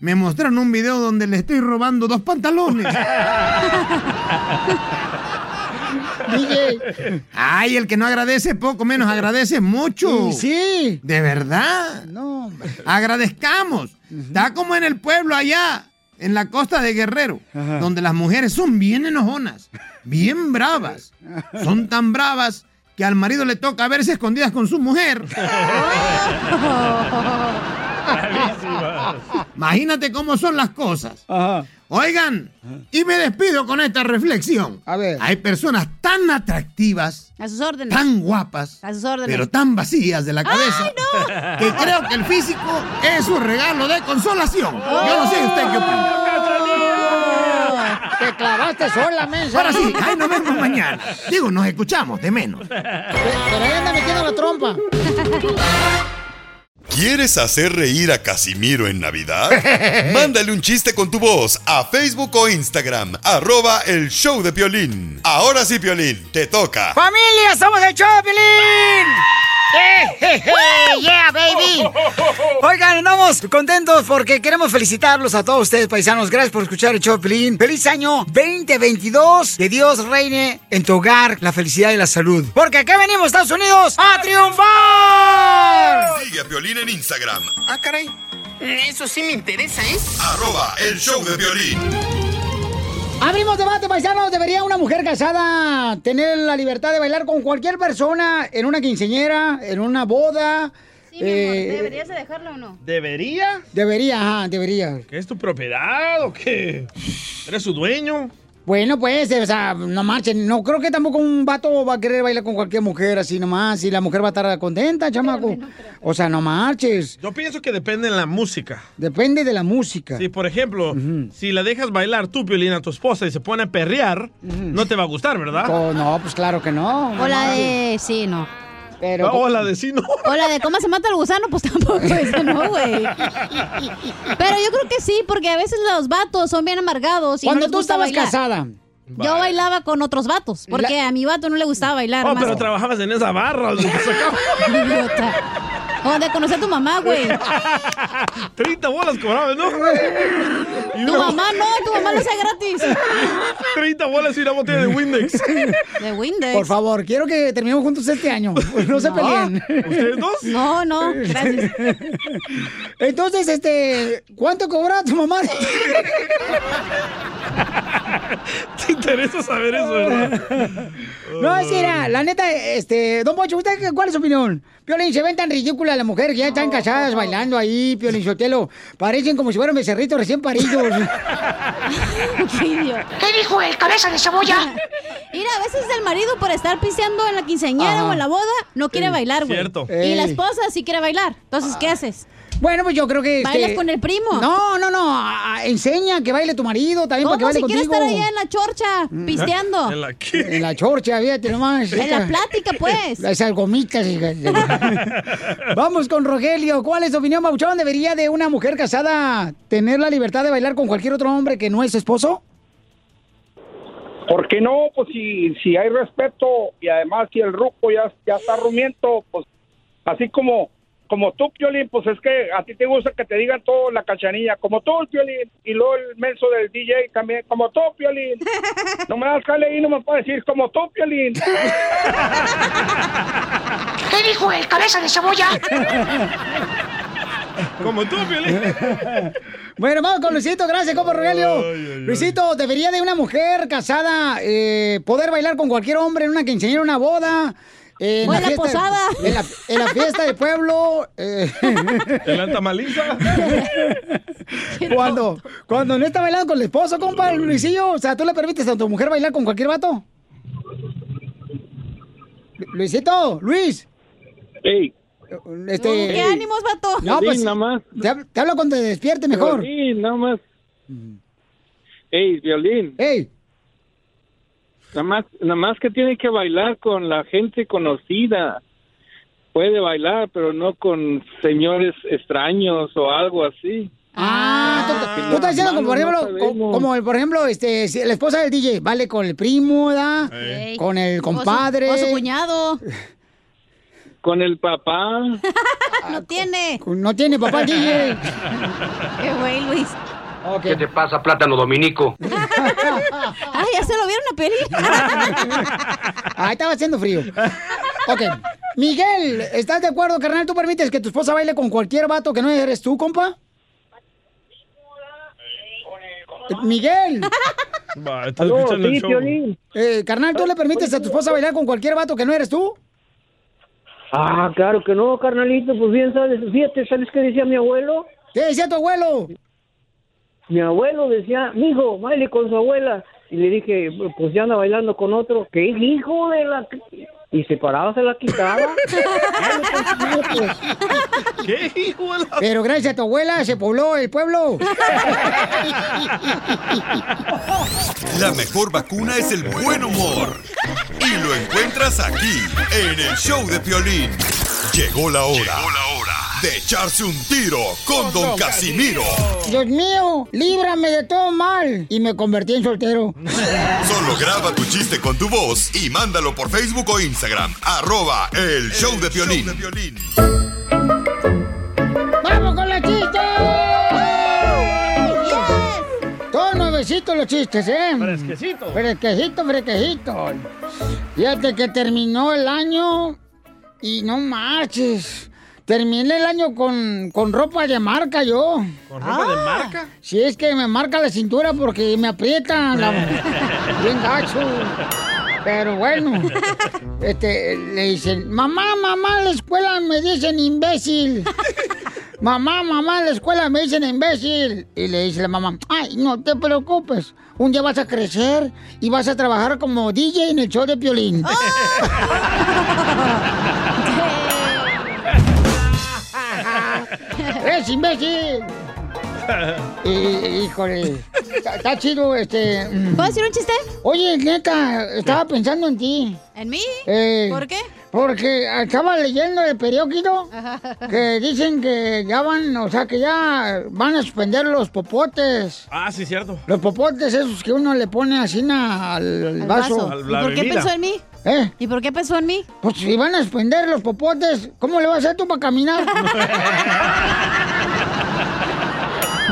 S2: Me mostraron un video donde le estoy robando dos pantalones. Ay, el que no agradece poco menos agradece mucho.
S4: Sí.
S2: De verdad.
S4: No,
S2: Agradezcamos. Da como en el pueblo allá, en la costa de Guerrero, donde las mujeres son bien enojonas, bien bravas. Son tan bravas que al marido le toca verse escondidas con su mujer. Imagínate cómo son las cosas. Oigan, y me despido con esta reflexión. Hay personas tan atractivas,
S7: A sus órdenes.
S2: tan guapas,
S7: A sus órdenes.
S2: pero tan vacías de la cabeza. Que creo que el físico es un regalo de consolación. Yo no sé usted qué opina.
S7: Oh.
S4: Te clavaste sola, mensa.
S2: Ahora sí, ahí nos vemos mañana. Digo, nos escuchamos, de menos.
S4: Pero ahí anda metiendo la trompa.
S1: ¿Quieres hacer reír a Casimiro en Navidad? Mándale un chiste con tu voz a Facebook o Instagram, arroba el show de Piolín. Ahora sí, Piolín, te toca.
S12: ¡Familia, somos el Choplin!
S4: ¡Eh,
S12: ¡Yeah, baby!
S4: Oigan, andamos contentos porque queremos felicitarlos a todos ustedes, paisanos. Gracias por escuchar el Choplin. ¡Feliz año 2022! Que Dios reine en tu hogar la felicidad y la salud. Porque acá venimos, Estados Unidos, a triunfar.
S1: Sigue a Piolín en Instagram,
S14: Ah, caray. Eso sí me interesa, ¿eh?
S1: arroba el show de Piolín.
S4: Abrimos debate, paisanos. ¿Debería una mujer casada tener la libertad de bailar con cualquier persona en una quinceñera, en una boda?
S9: Sí, mi amor,
S4: Eh,
S9: ¿deberías de dejarlo o no?
S17: ¿Debería?
S4: Debería, ajá, debería.
S17: ¿Qué es tu propiedad o qué? ¿Eres su dueño?
S4: Bueno, pues, o sea, no marchen. No creo que tampoco un vato va a querer bailar con cualquier mujer así nomás. Y la mujer va a estar contenta, chamaco. O sea, no marches.
S5: Yo pienso que depende de la música.
S4: Depende de la música.
S5: Si, por ejemplo, si la dejas bailar tú, Piolín, a tu esposa y se pone a perrear, no te va a gustar, ¿verdad?
S4: Oh, no, pues claro que no.
S9: O la de... Sí, no.
S4: Pero-
S5: o la de sí, no.
S7: O la de cómo se mata el gusano, pues tampoco eso, ¿no, güey? Pero yo creo que sí, porque a veces los vatos son bien amargados. Y
S4: Cuando
S7: no les
S4: tú
S7: gusta
S4: estabas
S7: bailar.
S4: casada.
S7: Yo bailaba con otros vatos, porque a mi vato no le gustaba bailar.
S5: Oh,
S7: más.
S5: pero trabajabas en esa barra.
S7: Idiota. O de conocer a tu mamá, güey.
S5: 30 bolas cobrabas, ¿no? Y
S7: Tu
S5: una-
S7: mamá no, tu mamá lo hace gratis.
S5: 30 bolas y una botella de Windex.
S7: De Windex.
S4: Por favor, quiero que terminemos juntos este año. No se
S7: No.
S4: peleen.
S7: ¿Ustedes dos? No, no, gracias.
S4: Entonces, este, ¿cuánto cobraba tu mamá?
S5: Te interesa saber eso, ¿verdad?
S4: No, es que era, la neta, este, don Pocho, ¿usted qué- cuál es su opinión? Piolín, se ven tan ridículas las mujeres que ya están casadas bailando ahí, Piolín Sotelo. Parecen como si fueran becerritos recién paridos.
S7: ¿Qué dijo el cabeza de cebolla? Mira, a veces el marido por estar piseando en la quinceañera
S4: Ajá.
S7: o en la boda no quiere
S4: Eh,
S7: bailar, güey.
S4: cierto.
S7: Y la
S4: Ey.
S7: esposa sí quiere bailar. Entonces,
S5: Ah.
S7: ¿qué haces?
S4: Bueno, pues yo creo que...
S7: ¿Bailas
S4: este,
S7: con el primo?
S4: No, no, no, a- a- enseña que baile tu marido también para que
S7: ¿Cómo
S4: baile
S7: si quiere
S4: contigo. Mm.
S7: estar allá en la chorcha pisteando?
S4: ¿En la qué? En la chorcha, fíjate nomás.
S7: En la plática, pues.
S4: Esas gomitas. hija de- Vamos con Rogelio. ¿Cuál es tu opinión, Mauchón? ¿Debería de una mujer casada tener la libertad de bailar con cualquier otro hombre que no es su esposo?
S17: ¿Por qué no? Pues si, si hay respeto y además si el ruco ya, ya está rumiento, pues así como como tú, Piolín, pues es que a ti te gusta que te digan todo la cachanilla, como tú, Piolín, y luego el menso del DJ también, como tú, Piolín. No me das cale ahí, no me puedes decir como tú, Piolín.
S19: ¿Qué dijo el cabeza de cebolla?
S5: Como tú, Piolín.
S4: Bueno, vamos con Luisito. Gracias, compa Rogelio. Luisito, ¿debería de una mujer casada eh, poder bailar con cualquier hombre en una quinceañera, en una boda? eh,
S7: O en la posada.
S4: En la, en la fiesta de pueblo. eh,
S5: ¿En la tamaliza?
S4: cuando, cuando no está bailando con el esposo, compa, Luisillo. O sea, ¿tú le permites a tu mujer bailar con cualquier vato? Lu- Luisito, Luis.
S17: Ey.
S4: Este,
S7: ¿Qué ánimos, vato?
S4: No, pues, Te, hab- te hablo cuando te despierte mejor.
S17: Sí, nada más. Ey, violín.
S4: Ey.
S17: Nada más, nada más que tiene que bailar con la gente conocida. Puede bailar, pero no con señores extraños o algo así.
S4: Ah, Tú estás diciendo como por ejemplo, co- como el, por ejemplo, este, si la esposa del DJ, vale con el primo, ¿da?
S17: Ey.
S4: Con el
S17: O su-
S4: compadre.
S17: o su
S7: cuñado.
S17: Con el papá.
S7: no tiene.
S4: No tiene papá el DJ.
S7: Qué güey, Luis.
S2: ¿Qué te pasa, plátano dominico?
S7: Ay, ya se lo vieron a peli.
S4: Ahí Ah, estaba haciendo frío. Ok. Miguel, ¿estás de acuerdo, carnal? ¿Tú permites que tu esposa baile con cualquier vato que no eres tú, compa? Eh, Miguel.
S5: Va, estás escuchando el show.
S4: Eh, carnal, ¿tú le permites a tu esposa bailar con cualquier vato que no eres tú?
S12: Ah, claro que no, carnalito, pues bien sabes, fíjate, ¿sabes qué decía mi abuelo?
S4: ¿Qué decía tu abuelo?
S12: Mi abuelo decía, mijo, baile con su abuela. Y le dije, pues ya anda bailando con otro. ¿Qué hijo de la...? Y se paraba, se la quitaba.
S4: pues.
S5: ¿Qué hijo de la...
S4: Pero gracias a tu abuela se pobló el pueblo.
S1: La mejor vacuna es el buen humor. Y lo encuentras aquí, en el show de Piolín. Llegó la hora, de echarse un tiro con Don Casimiro.
S4: Dios mío, líbrame de todo mal. Y me convertí en soltero.
S1: Solo graba tu chiste con tu voz y mándalo por Facebook o Instagram. Arroba el show de Piolín.
S4: ¡Vamos con los chistes! Todos nuevecitos los chistes, ¿eh? Fresquecito. Fresquecito, fresquecito. Fíjate que terminó el año y no marches. Terminé el año con, con ropa de marca yo.
S20: ¿Con ropa
S4: Ah.
S20: de marca?
S4: Si es que me marca la cintura porque me aprieta la... bien gacho. Pero bueno, este, le dicen, mamá, mamá, en la escuela me dicen imbécil. Mamá, mamá, en la escuela me dicen imbécil. Y le dice la mamá, ay, no te preocupes. Un día vas a crecer y vas a trabajar como DJ en el show de Piolín. ¡Es imbécil! Hí- Híjole, está está chido, este... ¿Puedo decir un chiste? Oye, neta, estaba pensando en ti.
S7: ¿En mí?
S4: Eh,
S7: ¿Por qué?
S4: Porque estaba leyendo el periódico que dicen que ya van, o sea, que ya van a suspender los popotes.
S5: Ah, sí, cierto.
S4: Los popotes esos que uno le pone así na- al,
S5: Al
S4: vaso.
S5: vaso. ¿Y La por qué bebida. pensó en
S4: mí? ¿Eh? ¿Y por qué pensó en mí? Pues si van a suspender los popotes, ¿cómo le vas a hacer tú para caminar?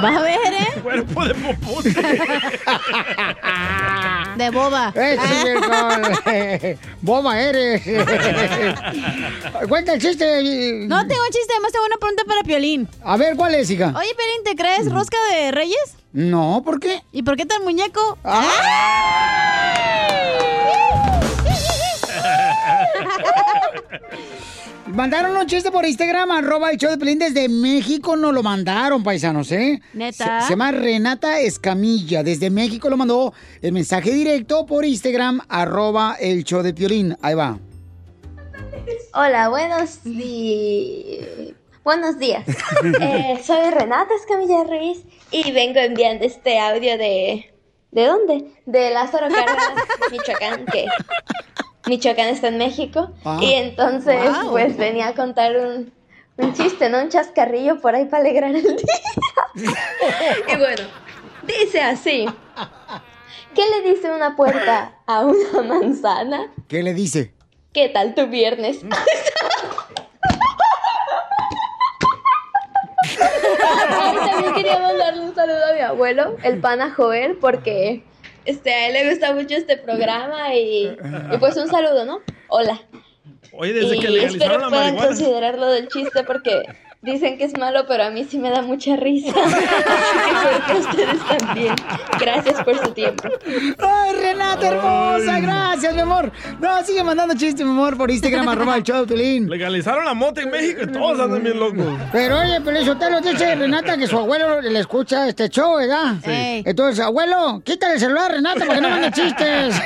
S7: Vas a ver, ¿eh?
S5: Cuerpo de popote.
S7: De boba.
S4: Ese Boba eres. Cuenta el chiste.
S7: No tengo chiste, además tengo una pregunta para Piolín.
S4: A ver, ¿cuál es, hija? Mm.
S7: Oye, Piolín, ¿te crees rosca de reyes?
S4: No, ¿por qué? Ah.
S7: ¿Y por qué tan muñeco?
S4: Mandaron un chiste por Instagram, arroba el show de Pelín desde México, nos lo mandaron, paisanos, ¿eh?
S7: ¿Neta?
S4: Se, se llama Renata Escamilla, desde México lo mandó el mensaje directo por Instagram, arroba el show de Piolín, ahí va.
S21: Hola, buenos días. Buenos días. Eh, soy Renata Escamilla Ruiz y vengo enviando este audio de. ¿De dónde? De Lázaro Cárdenas, Michoacán, que Michoacán está en México.
S22: Ah.
S21: y entonces,
S22: Wow.
S21: pues venía a contar un, un chiste, ¿no? Un chascarrillo por ahí para alegrar el día. y bueno, dice así: ¿Qué le dice una puerta a una manzana?
S4: ¿Qué le dice?
S21: ¿Qué tal tu viernes?
S5: Mm.
S21: Ay, también quería mandarle un saludo a mi abuelo, el pana Joel, porque este, a él le gusta mucho este programa y, y pues un saludo, ¿no? Hola.
S5: Oye, desde
S21: y
S5: que legalizaron
S21: espero
S5: la
S21: puedan
S5: marihuana.
S21: considerar lo del chiste porque dicen que es malo, pero a mí sí me da mucha risa. Espero que ustedes también. Gracias por su tiempo.
S4: ¡Ay, Renata hermosa! Gracias, mi amor. No, sigue mandando chistes, mi amor, por Instagram, arroba el show de Piolín.
S5: Legalizaron la mota en México y todos andan bien locos.
S4: Pero oye, Pelín Sotelo dice Renata que su abuelo le escucha este show, ¿verdad?
S5: Sí. Ey.
S4: Entonces, abuelo, quítale el celular a Renata porque no manda chistes.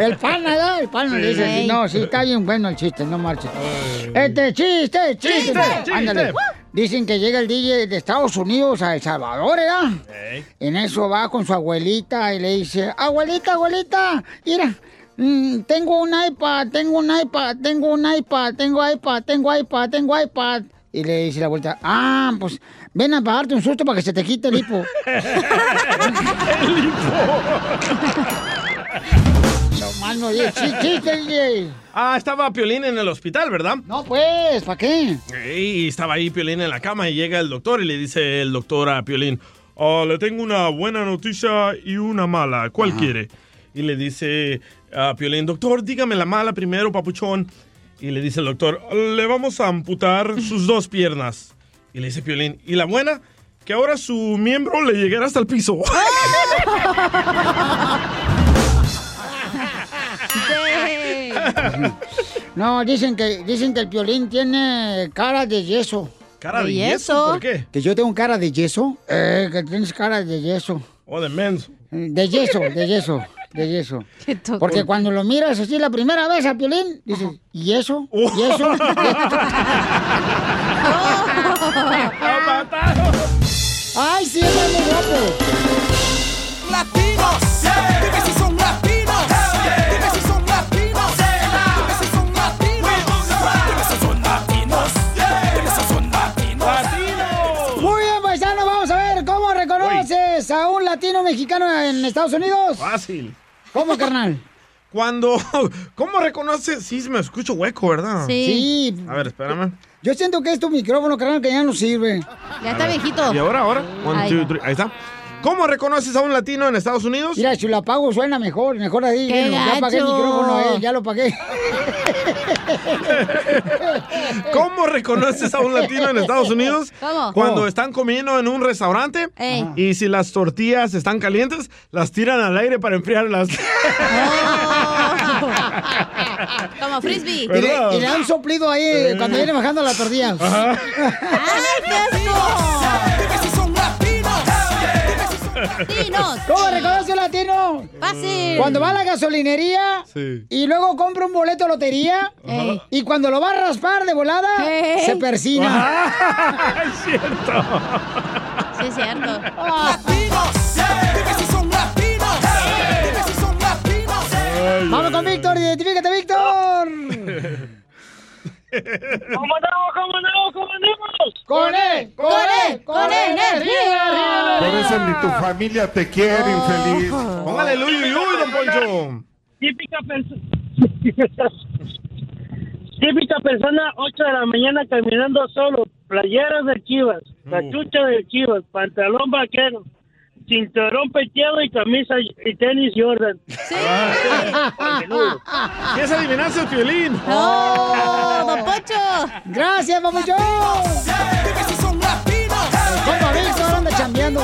S4: el pan, ¿verdad? El pan le dice,
S12: Sí.
S4: sí, no, sí, está bien bueno el chiste, no marches. Este, chiste, chiste.
S12: Chiste, chiste.
S4: Ándale. Dicen que llega el DJ de Estados Unidos a El Salvador, ¿verdad? En eso va con su abuelita y le dice, abuelita, abuelita, mira, mm, tengo un iPad, tengo un iPad, tengo un iPad, tengo iPad, tengo iPad, tengo iPad. Y le dice la abuelita, ah, pues ven a pagarte un susto para que se te quite el hipo. No más no digas, sí, chiste, DJ.
S5: Ah, estaba Piolín en el hospital, ¿verdad?
S4: No, pues, ¿para qué?
S5: Y estaba ahí Piolín en la cama y llega el doctor y le dice el doctor a Piolín, "Ah, le tengo una buena noticia y una mala, ¿cuál quiere? Y le dice a Piolín, doctor, dígame la mala primero, papuchón. Y le dice el doctor, le vamos a amputar sus dos piernas. Y le dice Piolín, ¿y la buena? Que ahora su miembro le llegará hasta el piso.
S4: ¡Ah! No, dicen que, dicen que el piolín tiene cara de yeso.
S5: ¿Cara de ¿De yeso? yeso? ¿Por qué?
S4: ¿Que yo tengo cara de yeso? Eh, que tienes cara de yeso.
S5: o Oh, de menso.
S4: De yeso, de yeso, de yeso. Porque cuando lo miras así la primera vez a Piolín, dices, ¿y eso? ¿Y
S5: Oh.
S4: eso? ¡Ay, sí, está muy guapo!
S12: Latinos, dime si son latinos, dime si son latinos, dime si son latinos, dime si son latinos, dime si son latinos.
S4: Muy bien, paisano, vamos a ver cómo reconoces a un latino mexicano en Estados Unidos.
S5: Fácil.
S4: ¿Cómo, carnal?
S5: Cuando, ¿cómo reconoces? Sí, me escucho hueco, ¿verdad?
S4: Sí.
S5: A ver, espérame.
S4: Yo siento que es tu micrófono, carnal, que ya no sirve.
S5: A ver. ¿Y ahora, ahora? One,
S4: Ahí
S5: two,
S4: va.
S5: three. Ahí está. ¿Cómo reconoces a un latino en Estados Unidos?
S4: Mira, si lo apago suena mejor, mejor ahí.
S5: ¡Qué
S4: bueno, ya apagué el
S5: gacho!
S4: micrófono, eh, ya lo apagué.
S5: ¿Cómo reconoces a un latino en Estados Unidos?
S12: ¿Cómo?
S5: Cuando
S12: ¿Cómo?
S5: están comiendo en un restaurante
S12: Ey.
S5: y si las tortillas están calientes, las tiran al aire para enfriarlas.
S9: Como frisbee.
S4: Y le, y le dan soplido ahí eh, cuando viene bajando la tortilla.
S12: um
S4: ¿Cómo reconoce un latino?
S12: Fácil.
S4: Cuando va a la gasolinería
S12: Sí.
S4: y luego compra un boleto de lotería
S12: Ey.
S4: y cuando lo va a raspar de volada,
S12: Ey.
S4: se persina.
S12: Es cierto.
S9: Sí, es cierto.
S5: Oh.
S12: Latinos, dime si son latinos, dime si son latinos.
S4: Vamos con a Víctor, identifícate, Víctor.
S12: ¿Cómo andamos? ¿Cómo andamos? ¿Cómo andamos?
S4: ¡Con él! ¡Con él! ¡Con él! ¡Energía!
S22: Por eso ni tu familia te quiere, infeliz.
S5: Póngale el uy, uy, uy, don Poncho.
S12: Típica persona. Típica persona, 8 de la mañana caminando solo, playeras de chivas, cachucha de chivas, pantalón vaquero, cinturón peteado y camisa y tenis Jordan.
S5: ¿Qué es adivinanza, Piolín?
S12: ¡Oh,
S4: don Poncho! ¡Gracias, papucho! Compa Víctor anda chambeando.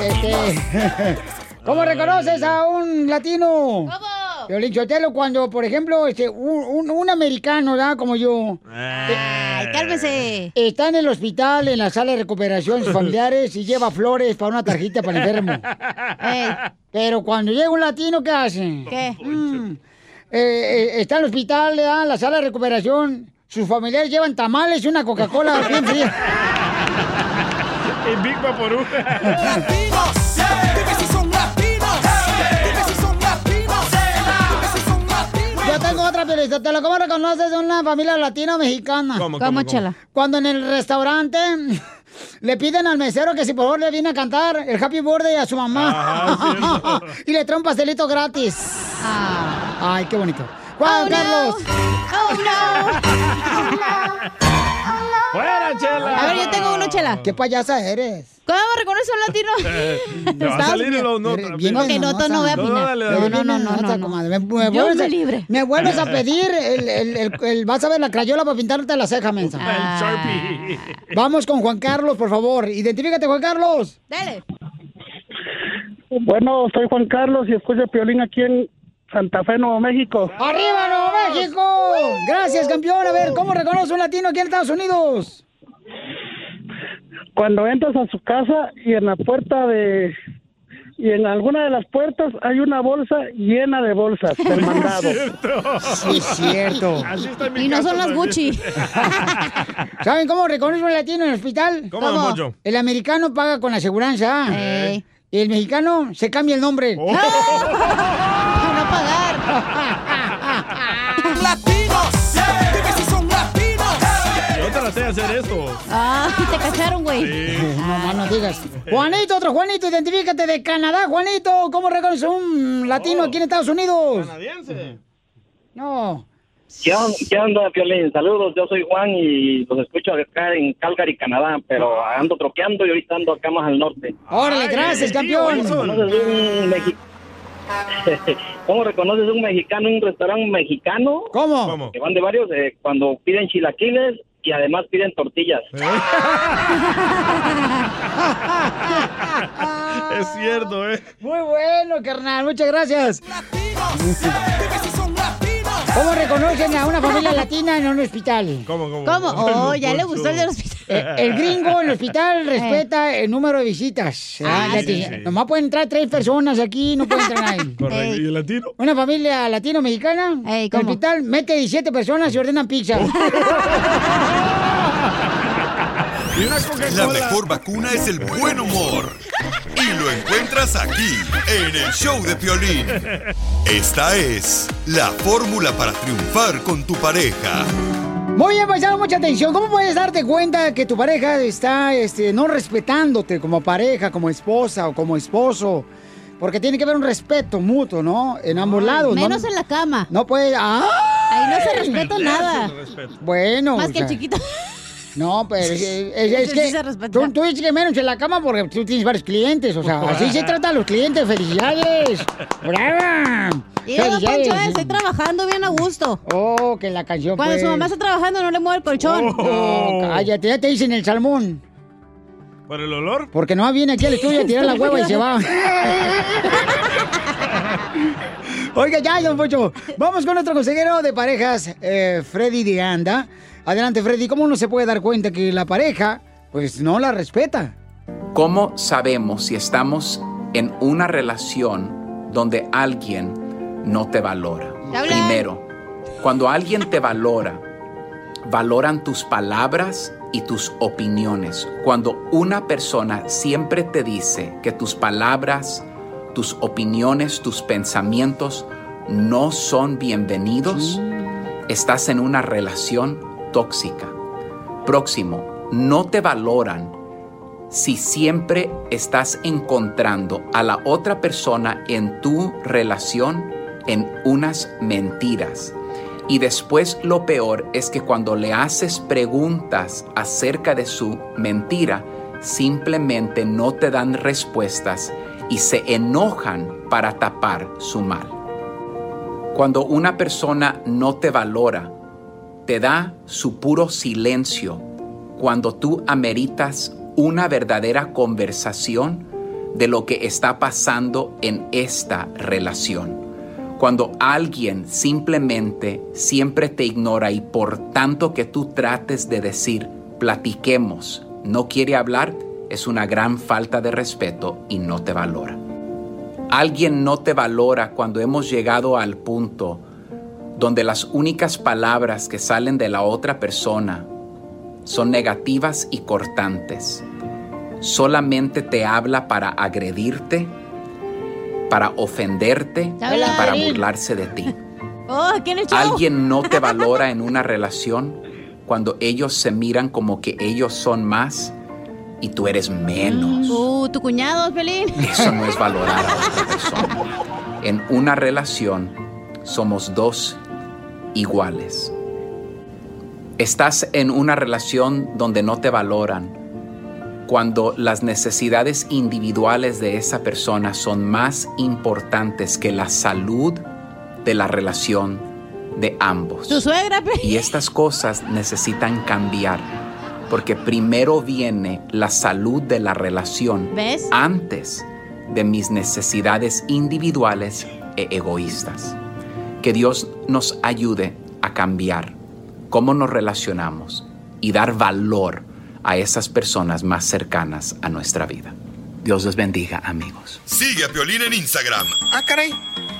S4: Este, ¿Cómo reconoces a un latino?
S12: ¿Cómo?
S4: Piolín Sotelo, cuando, por ejemplo, este, un, un- un americano, ¿verdad? Como yo.
S7: Ay, cálmese.
S4: Está en el hospital, en la sala de recuperación, sus familiares, y lleva flores para una tarjita para el enfermo. Pero cuando llega un latino, ¿qué hace?
S7: Eh. ¿Qué?
S4: Mm. Eh, eh, está en el hospital, le dan la sala de recuperación, sus familiares llevan tamales y una Coca-Cola bien fría.
S5: Y Big Vaporú.
S4: Yo tengo otra película. ¿Te lo cómo reconoces de una familia latina o mexicana?
S12: ¿Cómo, cómo, ¿Cómo, cómo? chela?
S4: Cuando en el restaurante le piden al mesero que si por favor le viene a cantar el Happy Birthday a su mamá.
S12: Ajá,
S4: y le trae un pastelito gratis.
S7: Ah.
S4: Ay, qué bonito. Juan Carlos.
S5: ¡Fuera, chela!
S7: A ver, yo tengo uno, chela.
S4: ¿Qué payasa eres?
S7: ¿Cómo reconoce a un
S5: Eh,
S7: latino?
S5: te va a
S7: Estabas
S5: salir
S7: bien-
S5: el no,
S7: bien Ok, no, no, no voy a opinar. No, no, no, no, no, no.
S4: Me, me
S7: Dios
S4: vuelves
S7: me
S4: a-
S7: libre.
S4: me vuelves a pedir el, el- el- el- vas a ver la crayola para pintarte la ceja, mensa.
S7: Ah.
S4: Vamos con Juan Carlos, por favor. Identifícate, Juan Carlos.
S7: Dale.
S8: Bueno, soy Juan Carlos y escucho Piolín aquí en Santa Fe, Nuevo México.
S4: ¡Arriba, Nuevo México! Gracias, campeón. A ver, ¿cómo reconoce un latino aquí en Estados Unidos?
S8: Cuando entras a su casa y en la puerta de... Y en alguna de las puertas hay una bolsa llena de bolsas del mandado.
S4: Sí, es cierto.
S7: Y no son las Gucci.
S4: ¿Saben cómo reconoce un latino en el hospital?
S7: ¿Cómo, don Poncho?
S4: El americano paga con la aseguranza.
S7: Ey.
S4: Y el mexicano se cambia el nombre.
S7: Oh. Para no pagar.
S12: ¡Latinos! ¡Dime si son latinos!
S5: Yo traté de hacer esto.
S7: Ah, te cacharon, güey.
S4: No, más no digas. Juanito, otro Juanito, identifícate de Canadá, Juanito. ¿Cómo reconoce un
S7: Oh.
S4: latino aquí en Estados Unidos?
S5: Canadiense.
S4: No.
S10: ¿Qué on- qué onda, Piolín? Saludos, yo soy Juan y los escucho acá en Calgary, Canadá, pero ando troqueando y ahorita ando acá más al norte.
S12: Ah,
S4: Órale, Ay, gracias, tío, campeón.
S10: ¿Cómo reconoces un mexi- ¿Cómo reconoces un mexicano en un restaurante mexicano?
S4: ¿Cómo?
S10: Que van de varios, eh, cuando piden chilaquiles y además piden tortillas.
S5: Es cierto, ¿eh?
S4: Muy bueno, carnal, muchas gracias. ¿Cómo reconocen a una familia latina en un hospital? Eh,
S5: ¿Cómo, cómo?
S7: ¿Cómo? Oh, ya le gustó el del hospital. Eh.
S4: El gringo en el hospital respeta el número de visitas. ¿verdad?
S5: Ah,
S4: Ya
S5: sí,
S4: te-
S5: sí.
S4: Nomás pueden entrar tres personas aquí, no pueden entrar nadie.
S5: Correcto. ¿Y el latino?
S4: Una familia latino-mexicana, el hospital mete 17 personas y ordenan pizza.
S1: La mejor vacuna es el buen humor. Y lo encuentras aquí, en el show de Piolín. Esta es la fórmula para triunfar con tu pareja.
S4: Muy bien, paisano, mucha atención. ¿Cómo puedes darte cuenta que tu pareja está este, no respetándote como pareja, como esposa o como esposo? Porque tiene que haber un respeto mutuo, ¿no? En ambos lados.
S7: menos en la cama.
S4: No puede... Ahí
S7: Ahí no se respeta nada.
S4: Bueno.
S7: Más
S4: o
S7: que el
S4: sea,
S7: chiquito.
S4: No, pero es, es- es
S7: Ese sí se
S4: que tú, tú dices que menos en la cama porque tú tienes varios clientes. O sea, así se trata a los clientes. ¡Felicidades! ¡Brava!
S7: Y luego, Poncho, eh, estoy
S4: Felicidades.
S7: trabajando bien a gusto.
S4: Oh, que la canción, Oh,
S7: Cuando su
S4: pues.
S7: mamá está trabajando, no le mueve el colchón. Oh.
S23: Oh.
S4: No, cállate, ya te dicen el salmón.
S5: ¿Por el olor?
S4: Porque no viene aquí al estudio a tirar la hueva y se va. Oiga, ya, don Pocho. Vamos con nuestro consejero de parejas, eh, Freddy de Anda. Adelante, Freddy. ¿Cómo uno se puede dar cuenta que la pareja, pues, no la respeta?
S23: ¿Cómo sabemos si estamos en una relación donde alguien no te valora?
S12: Hola.
S23: Primero, cuando alguien te valora, valoran tus palabras y tus opiniones. Cuando una persona siempre te dice que tus palabras, tus opiniones, tus pensamientos no son bienvenidos, estás en una relación tóxica. Próximo, no te valoran si siempre estás encontrando a la otra persona en tu relación en unas mentiras. Y después lo peor es que cuando le haces preguntas acerca de su mentira, simplemente no te dan respuestas y se enojan para tapar su mal. Cuando una persona no te valora, te da su puro silencio cuando tú ameritas una verdadera conversación de lo que está pasando en esta relación. Cuando alguien simplemente siempre te ignora y por tanto que tú trates de decir, platiquemos, no quiere hablar, es una gran falta de respeto y no te valora. Alguien no te valora cuando hemos llegado al punto donde las únicas palabras que salen de la otra persona son negativas y cortantes. Solamente te habla para agredirte, para ofenderte,
S7: Habla,
S23: para
S7: Piolín.
S23: burlarse de ti.
S7: Oh, ¿qué en el show?
S23: Alguien no te valora en una relación cuando ellos se miran como que ellos son más y tú eres menos.
S7: Uh, tu cuñado, Pelín.
S23: Eso no es valorar a otra persona. En una relación somos dos iguales. Estás en una relación donde no te valoran cuando las necesidades individuales de esa persona son más importantes que la salud de la relación de ambos.
S7: Tu suegra, Pelín.
S23: Y este? estas cosas necesitan cambiar, porque primero viene la salud de la relación
S7: ¿Ves?
S23: antes de mis necesidades individuales e egoístas. Que Dios nos ayude a cambiar cómo nos relacionamos y dar valor a esas personas más cercanas a nuestra vida. Dios les bendiga, amigos.
S1: Sigue a Piolín en Instagram,
S14: Ah, caray.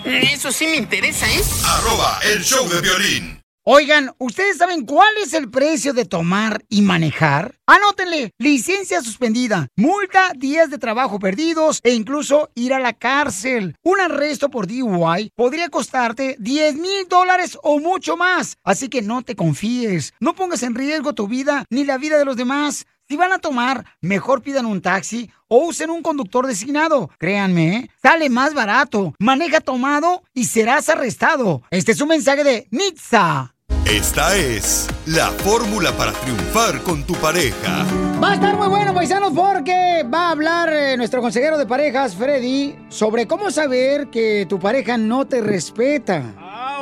S14: Eso sí me interesa, ¿eh?
S1: arroba el show de violín.
S4: Oigan, ¿ustedes saben cuál es el precio de tomar y manejar? Anótenle, licencia suspendida, multa, días de trabajo perdidos e incluso ir a la cárcel. Un arresto por DUI podría costarte 10 mil dólares o mucho más. Así que no te confíes, no pongas en riesgo tu vida ni la vida de los demás. Si van a tomar, mejor pidan un taxi o usen un conductor designado. Créanme, ¿eh? sale más barato. Maneja tomado y serás arrestado. Este es un mensaje de Nitza.
S1: Esta es la fórmula para triunfar con tu pareja.
S4: Va a estar muy bueno, paisanos, porque va a hablar eh, nuestro consejero de parejas, Freddy, sobre cómo saber que tu pareja no te respeta.
S5: Ah.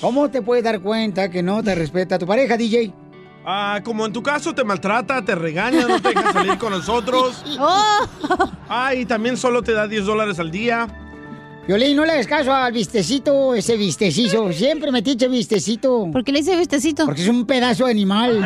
S4: ¿Cómo te puedes dar cuenta que no te respeta tu pareja, DJ?
S5: Ah, como en tu caso te maltrata, te regaña, no te deja salir con nosotros. Ah, y también solo te da 10 dólares al día.
S4: Violín, no le hagas caso al vistecito, ese vistecito. Siempre me tiche vistecito. ¿Por qué le dice vistecito? Porque es un pedazo de animal.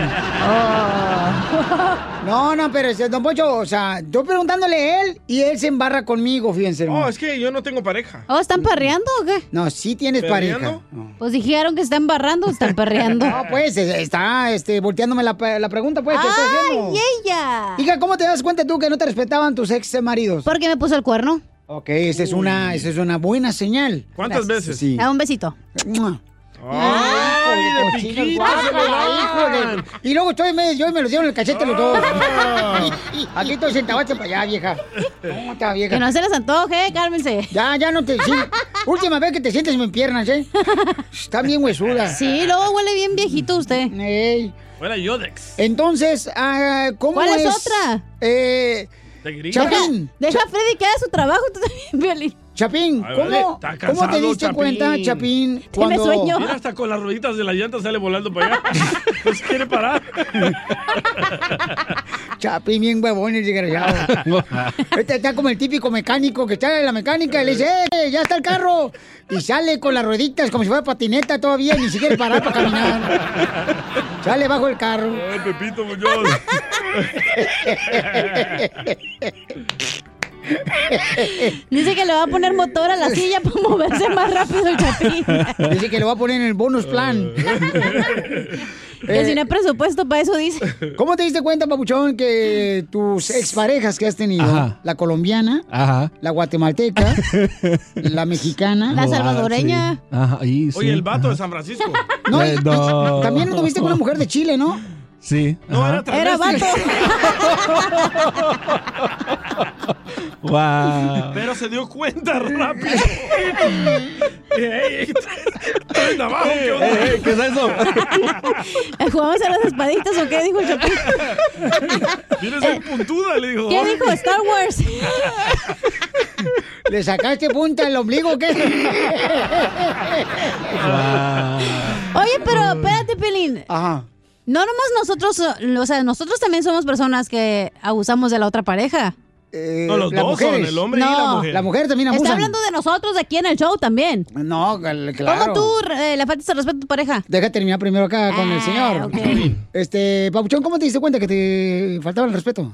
S4: No, no, pero este, don Pocho, o sea, yo preguntándole a él y él se embarra conmigo, fíjense.
S5: Oh, es que yo no tengo pareja.
S7: Oh, ¿están parreando o qué?
S4: No, sí tienes
S5: ¿Perreando?
S4: pareja.
S7: Pues dijeron que están barrando, están perreando.
S4: No, pues es- está este, volteándome la, pe- la pregunta, pues. te estoy haciendo.
S7: ¡Ay, ella!
S4: Hija, ¿cómo te das cuenta tú que no te respetaban tus ex maridos?
S7: Porque me puso el cuerno.
S4: Oh. Ok, esa es, una, esa es una buena señal.
S7: ¿Cuántas
S5: veces?
S4: Sí.
S7: Da un besito.
S4: Ay,
S5: de
S4: cochinos,
S5: piquito
S4: guácala,
S5: ¡ah, se lo dan.
S4: hijo de- Y luego estoy medio, yo y me lo dieron en el cachete los dos.
S5: Ah.
S4: Aquí estoy sentado, hazte para allá, vieja. ¿Cómo está, vieja?
S7: Que no se les antoje, cálmense.
S4: Ya, ya no te... sí. Última vez que te sientes en piernas, ¿eh? Está bien huesuda.
S7: Sí, luego huele bien viejito usted.
S5: Fuera Yodex.
S4: Entonces, ah, ¿cómo
S7: ¿Cuál es
S4: es?
S7: otra?
S4: Eh,
S5: Te grita.
S7: Deja, deja a Freddy que haga su trabajo, tú también, Violín.
S4: Chapín,
S5: Ay,
S4: ¿cómo,
S5: vale, está cansado,
S4: ¿cómo te diste
S5: Chapín.
S4: cuenta, Chapín, cuando...
S5: Mira, hasta con las rueditas de la llanta sale volando para allá. No se quiere parar.
S4: Chapín, bien huevón, el desgraciado. Este está como el típico mecánico que está en la mecánica y le dice, ¡eh, ya está el carro! Y sale con las rueditas como si fuera patineta todavía, ni siquiera parar para caminar. Sale bajo el carro.
S5: Ay, Pepito Muñoz.
S7: Dice que le va a poner motor a la silla para moverse más rápido el chapín.
S4: Dice que lo va a poner en el bonus plan. Eh,
S7: Que si no hay presupuesto para eso, dice.
S4: ¿Cómo te diste cuenta, Papuchón, que tus exparejas que has tenido,
S7: Ajá.
S4: la colombiana, la guatemalteca, la mexicana,
S7: La salvadoreña.
S6: Ajá, ahí, sí.
S5: Oye, el vato de San Francisco.
S4: No,
S6: Eh,
S4: y-
S6: no.
S4: también estuviste con una mujer de Chile, ¿no?
S6: Sí.
S5: No,
S6: ajá.
S5: era travesti.
S6: Guau.
S5: Pero se dio cuenta rápido. Ey, ey, traen de abajo, ¿qué onda?
S4: Eh,
S6: ¿Qué es eso?
S7: ¿Jugamos a las espaditas o qué dijo el chapín?
S5: Tienes bien puntuda, le digo.
S7: ¿Qué dijo Star Wars?
S4: ¿Le sacaste punta el ombligo o qué?
S7: Oye, pero espérate, Pelín.
S4: Ajá.
S7: No nomás nosotros, o sea, nosotros también somos personas que abusamos de la otra pareja.
S5: Eh, No, los
S4: las
S5: dos son, el hombre y la mujer.
S4: La mujer también abusan.
S7: Está hablando de nosotros aquí en el show también.
S4: No, cal-
S7: ¿Cómo
S4: claro.
S7: tú eh, le faltas el respeto a tu pareja?
S4: Deja terminar primero acá con el
S7: Ah,
S4: señor. Este, Papuchón, ¿cómo te diste cuenta que te faltaba el respeto?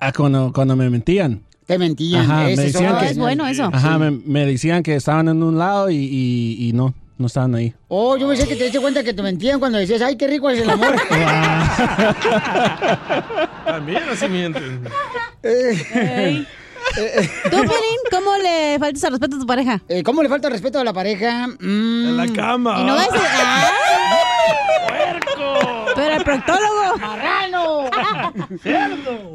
S6: Ah, cuando, cuando me mentían.
S4: Te mentían.
S6: Ajá,
S4: ese
S6: me
S4: es
S6: decían
S4: otro.
S6: que,
S4: Ah, es bueno eso.
S6: Ajá,
S4: Sí.
S6: me, me decían que estaban en un lado y, y- y no, no estaban ahí.
S4: Oh, yo pensé que te diste cuenta que te mentían cuando decías, ay, qué rico es el amor.
S5: También así mienten.
S4: Eh,
S7: ¿Tú, Pelín, cómo le faltas el respeto a tu pareja?
S4: Eh, ¿Cómo le falta el respeto a la pareja? Mm. en
S5: la cama.
S7: Y no ves- Pero el proctólogo.
S4: ¡Marrano!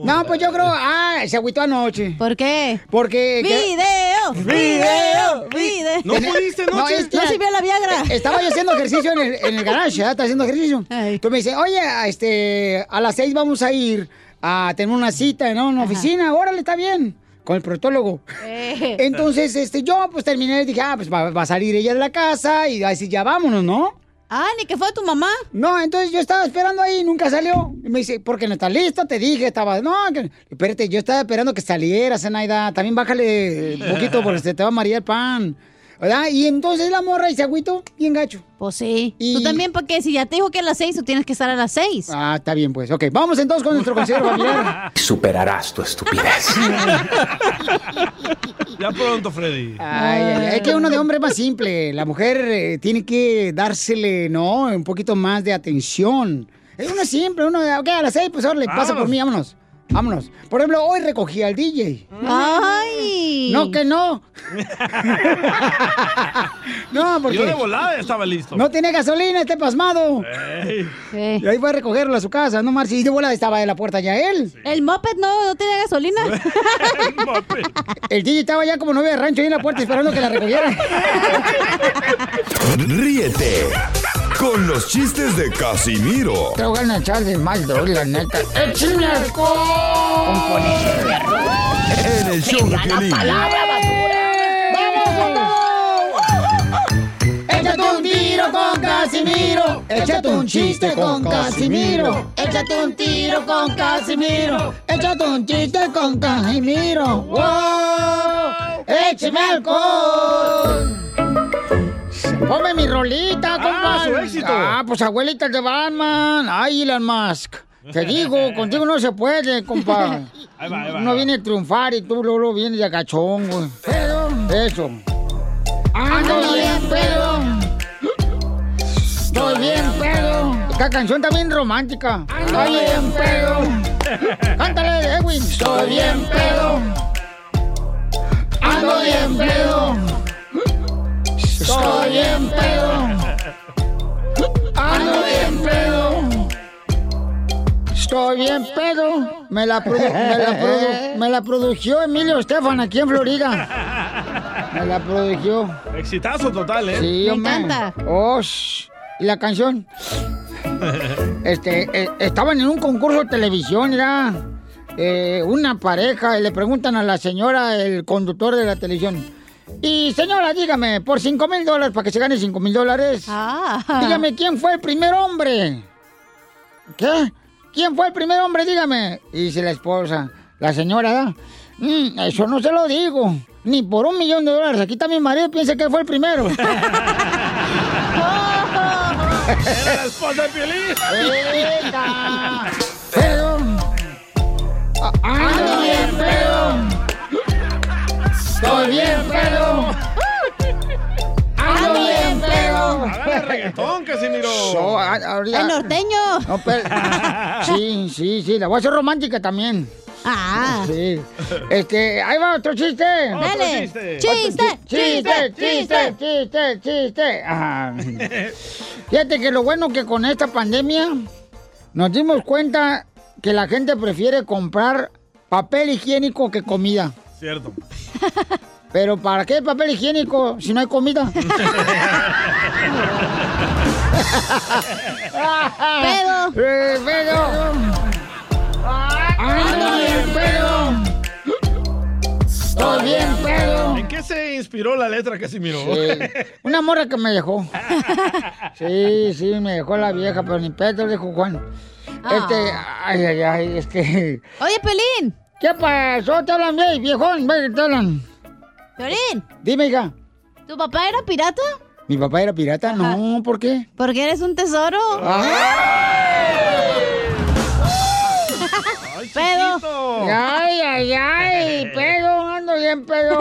S4: No, pues yo creo, ah, se agüitó anoche.
S7: ¿Por qué?
S4: Porque...
S7: ¡Video! ¡Video! ¡Video! ¿No pudiste
S4: no,
S7: anoche? No sirvió la Viagra.
S4: Estaba yo haciendo ejercicio en el, en el garage, ¿ah? Estaba haciendo ejercicio. Tú me dices, oye, a este, a las seis vamos a ir a tener una cita, ¿no? En una oficina, órale, está bien. Con el protólogo.
S7: Eh.
S4: Entonces, este, yo pues terminé y dije, ah, pues va, va a salir ella de la casa y va a decir, ya vámonos, ¿no?
S7: Ah, ni que fue tu mamá.
S4: No, entonces yo estaba esperando ahí y nunca salió. Y me dice, ¿por qué no está lista? Te dije, estaba. No, que- espérate, yo estaba esperando que saliera, Zenaida. También bájale un poquito porque se te va a marear el pan. ¿Verdad? Y entonces la morra y se agüito bien gacho.
S7: Pues sí. Tú también, porque si ya te dijo que a las seis, tú tienes que estar a las seis.
S4: Ah, está bien, pues. Ok, vamos entonces con nuestro consejero familiar.
S23: Superarás tu estupidez.
S5: Ya pronto, Freddy.
S4: Ay, ay, ay, es que uno de hombre es más simple. La mujer eh, tiene que dársele, ¿no? Un poquito más de atención. Es uno es simple, uno, ok, a las seis, pues le pasa por mí, vámonos. Vámonos. Por ejemplo, hoy recogí al DJ.
S7: ¡Ay!
S4: No, que no. no, porque.
S5: Yo de volada Eh. estaba listo.
S4: No tiene gasolina, este pasmado.
S5: Ey.
S4: Y ahí fue a recogerlo a su casa, ¿no, Marci? Y de volada estaba de la puerta ya él.
S7: El moped no, no tenía gasolina.
S4: El DJ estaba ya como novia de rancho ahí en la puerta esperando que la recogieran.
S1: Ríete con los chistes de Casimiro
S4: Te voy a echar de mal, la neta. ¡Échame
S1: en el show de Piolín.
S4: Échate un tiro con Casimiro. Échate un chiste con Casimiro. Échate un tiro con Casimiro. Échate un chiste con Casimiro. ¡Wow! ¡Échame alcohol! Ponme mi rolita, compa.
S12: su éxito.
S4: Ah, pues abuelita de Batman. Ay, Elon Musk. Te digo, contigo no se puede, compa.
S12: Ahí va, ahí va, ahí
S4: Uno
S12: va.
S4: viene a triunfar y tú luego luego vienes de agachón, güey. Eso.
S12: Ando bien pedo.
S4: Estoy bien pedo. Esta canción está bien romántica.
S12: Ando bien pedo.
S4: Cántale, Edwin.
S12: Estoy bien pedo. Ando bien pedo. Estoy bien pedo.
S4: Ando bien pedo. Estoy bien pedo. Me la, produ- me la, produ- me la produjo Emilio Estefan aquí en Florida. Me la produjo.
S5: Exitazo total, ¿eh?
S4: Sí, hombre. Oh, sh- ¿Y la canción? Este, eh, estaban en un concurso de televisión, era eh, una pareja, y le preguntan a la señora, el conductor de la televisión. Y señora, dígame, por 5 mil dólares, para que se gane 5 mil dólares, dígame quién fue el primer hombre. ¿Qué? ¿Quién fue el primer hombre? Dígame. Y dice la esposa, la señora, ¿da? "Mm, eso no se lo digo. Ni por un millón de dólares. Aquí está mi marido, piensa que él fue el primero.
S12: Era la esposa de Piolín.
S4: Pedo.
S12: Ando bien pedo. Estoy bien pedo.
S4: Ando bien pedo.
S5: Hágale reggaetón, Casimiro.
S4: So, a- ahorita-
S7: El norteño.
S4: No, pero- sí, sí, sí, la voy a hacer romántica también.
S7: Ah.
S4: Sí. Este, ahí va otro chiste.
S12: Otro Dale. chiste. Chiste,
S4: Otro chi- chiste, chiste,
S12: chiste,
S4: chiste, chiste. Ah. Fíjate que lo bueno que con esta pandemia nos dimos cuenta que la gente prefiere comprar papel higiénico que comida.
S5: Cierto.
S4: Pero ¿para qué papel higiénico si no hay comida?
S12: Pedo.
S4: Eh, pedo.
S12: Ando bien pedo.
S4: Estoy bien pedo.
S5: ¿En qué se inspiró la letra, Casimiro?
S4: Una morra que me dejó. Sí, sí, me dejó la vieja, pero ni pedo, dijo Juan. Este,
S7: Ah.
S4: ay, ay, ay, este.
S7: Oye, Pelín.
S4: ¿Qué pasó? ¿Te hablan bien, viejón? Ve que ¿Te hablan?
S7: Pelín,
S4: Dime, hija.
S7: ¿tu papá era pirata?
S4: ¿Mi papá era pirata? No, ¿por qué?
S7: Porque eres un tesoro. Ah,
S4: ¡Pedo! Ah. ¡Ay, ay, ay! ¡Pedo! ¡Ando bien, pedo!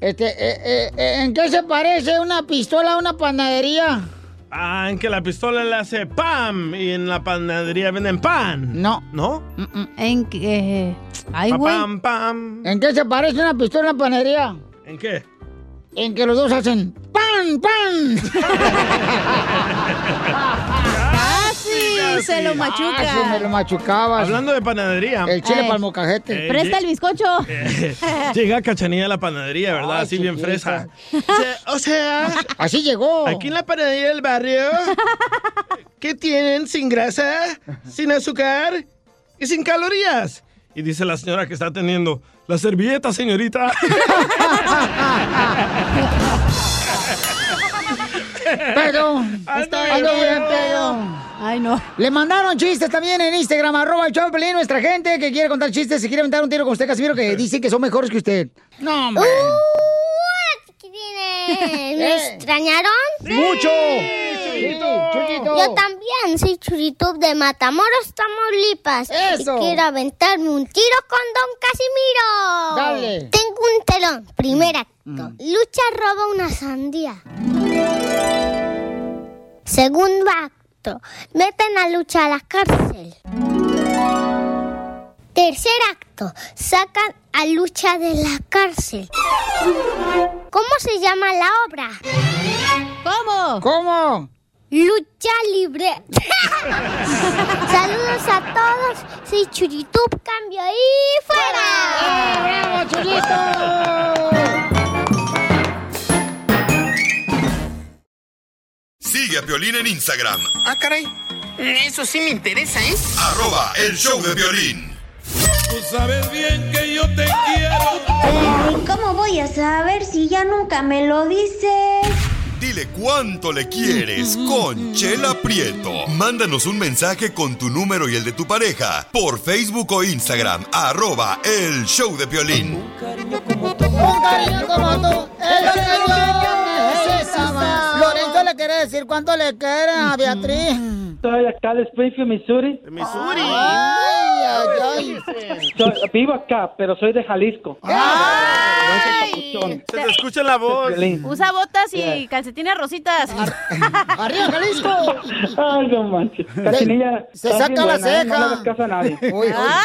S4: Este, eh, eh, eh, ¿En qué se parece una pistola a una panadería?
S5: Ah, en que la pistola le hace ¡pam! Y en la panadería venden pan.
S4: No.
S5: ¿No?
S7: Mm, ¿En qué? Ay,
S5: Pa,
S7: güey.
S5: pam, pam.
S4: ¿En qué se parece una pistola a una panadería?
S5: ¿En qué?
S4: En que los dos hacen ¡Pam, pam!
S7: Ah, sí, se lo machuca.
S4: Ah, sí, me lo machucabas.
S5: Hablando de panadería.
S4: El chile
S7: Ay.
S4: para el mocajete.
S5: Eh, Presta
S7: el bizcocho.
S5: Llega Cachanilla a la panadería, ¿verdad? Así bien fresa. O sea,
S4: así llegó.
S5: Aquí en la panadería del barrio, ¿qué tienen sin grasa, sin azúcar y sin calorías? Y dice la señora que está atendiendo, la servilleta, señorita.
S4: Pedo.
S7: Ah,
S5: Ah,
S12: Ando
S4: Ando bien,
S12: bien
S4: pedo.
S7: Ay, no.
S4: Le mandaron chistes también en Instagram, arroba el show de Pelín, nuestra gente que quiere contar chistes, se quiere aventar un tiro con usted, Casimiro, que dicen que son mejores que usted. No, hombre.
S3: Eh, ¿Me
S4: Eh.
S3: extrañaron?
S4: ¡Mucho!
S3: Yo también soy Churito de Matamoros, Tamaulipas. Y quiero aventarme un tiro con Don Casimiro.
S12: Dale.
S3: Tengo un telón. Primer acto. Lucha roba una sandía. Segundo acto. Meten a Lucha a la cárcel. Tercer acto. Sacan a Lucha de la cárcel. ¿Cómo se llama la obra?
S7: ¿Cómo?
S4: ¿Cómo?
S3: Lucha libre. Saludos a todos. Soy Churitup, cambio y fuera.
S4: ¡Bravo, Churito!
S1: Sigue a Piolín en Instagram,
S14: Ah, caray. Eso sí me interesa, ¿eh?
S1: arroba el show de violín.
S14: Tú sabes bien que yo te quiero.
S21: Pero, ¿y cómo voy a saber si ya nunca me lo dices?
S1: Dile cuánto le quieres con Chela Prieto. Mándanos un mensaje con tu número y el de tu pareja por Facebook o Instagram, arroba el show de Piolín.
S4: Un cariño como tú,
S12: es el que yo
S4: necesitaba. Lorenzo le quiere decir cuánto le quiere a Beatriz.
S8: Estoy acá de Springfield, Missouri.
S5: Missouri.
S4: Ay, ay,
S8: Soy- vivo acá, pero soy de Jalisco.
S5: Se te escucha la voz.
S9: Usa botas y
S8: Yeah.
S9: calcetines rositas.
S4: ¡Arriba, Jalisco!
S8: Ay, no manches. Cachanilla,
S9: se
S8: estás
S9: saca
S8: bien
S9: la
S8: buena, ¿eh? No
S9: ceja.
S8: le hagas caso a nadie.
S9: Ah,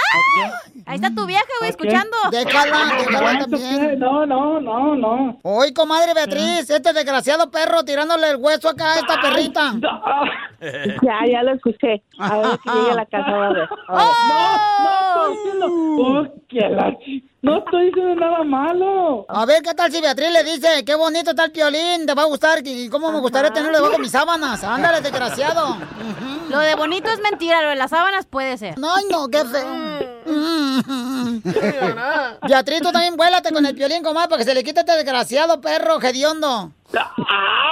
S9: Ahí está tu vieja, güey, escuchando.
S4: Déjala, déjala también.
S8: No, no, no, no.
S4: Hoy, comadre Beatriz, este desgraciado perro tirándole el hueso acá a esta perrita.
S24: Ya, ya lo escuché. A ver si llega a la casa va a ver.
S12: Ah,
S4: Ah.
S8: No, no estoy diciendo. Uy, que la chi- No estoy diciendo nada malo.
S4: A ver, ¿qué tal si Beatriz le dice, qué bonito está el piolín, te va a gustar, y cómo me gustaría tenerlo debajo de mis sábanas? Ándale, desgraciado.
S9: Lo de bonito es mentira, lo de las sábanas puede ser.
S4: No, no, qué
S7: Mm.
S4: Mm. feo. Beatriz, tú también vuélate con el piolín, comadre, para que se le quite este desgraciado perro, hediondo.
S8: Ah,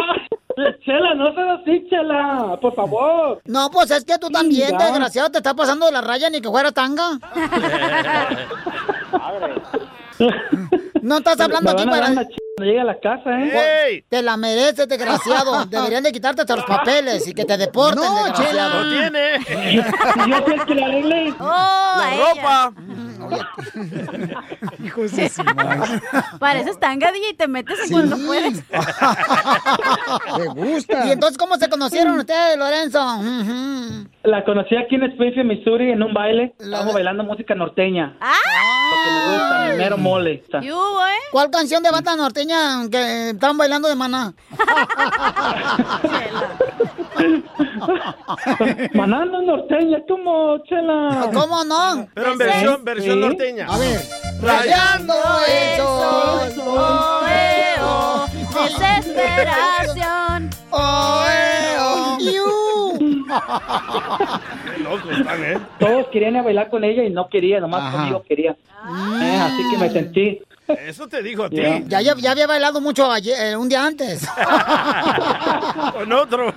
S8: Chela, no seas así, Chela. Por favor.
S4: No, pues es que tú también,
S8: ya.
S4: desgraciado, te está pasando de la raya ni que fuera tanga. No estás
S8: Me-
S4: hablando
S8: me
S4: aquí
S8: van a dar
S4: para...
S8: una ch- Cuando llegue a la casa, ¿eh?
S4: Te la mereces, desgraciado. Deberían de quitarte hasta los papeles y que te deporten,
S12: No,
S4: desgraciado.
S12: Chela. No
S8: tiene. Yo soy el que le arregle.
S9: Oh,
S4: La
S9: a ella.
S4: ropa. Hijos de su madre.
S7: Pareces tanga DJ y te metes en cuando puedes.
S4: Me gusta. ¿Y entonces cómo se conocieron ustedes, Lorenzo?
S25: La conocí aquí en Springfield, Missouri, en un baile. Estábamos bailando música norteña.
S4: Ah.
S25: Porque me gusta, el mero mole. Está.
S4: ¿eh? ¿Cuál canción de banda norteña que estaban bailando de maná?
S25: Maná no es norteña, como chela.
S4: ¿Cómo no?
S5: Pero en versión, versión
S4: Sí.
S5: norteña.
S4: A ver. Rayando el sol,
S26: oe,
S7: oh, desesperación,
S4: oe,
S26: oh.
S4: Iu.
S5: ¿eh?
S25: Todos querían ir a bailar con ella y no quería, nomás conmigo quería. Eh,
S4: Ah.
S25: así que me sentí.
S5: Eso te dijo a ti.
S4: Ya, ya, ya había bailado mucho ayer, eh, un día antes.
S5: Con otro.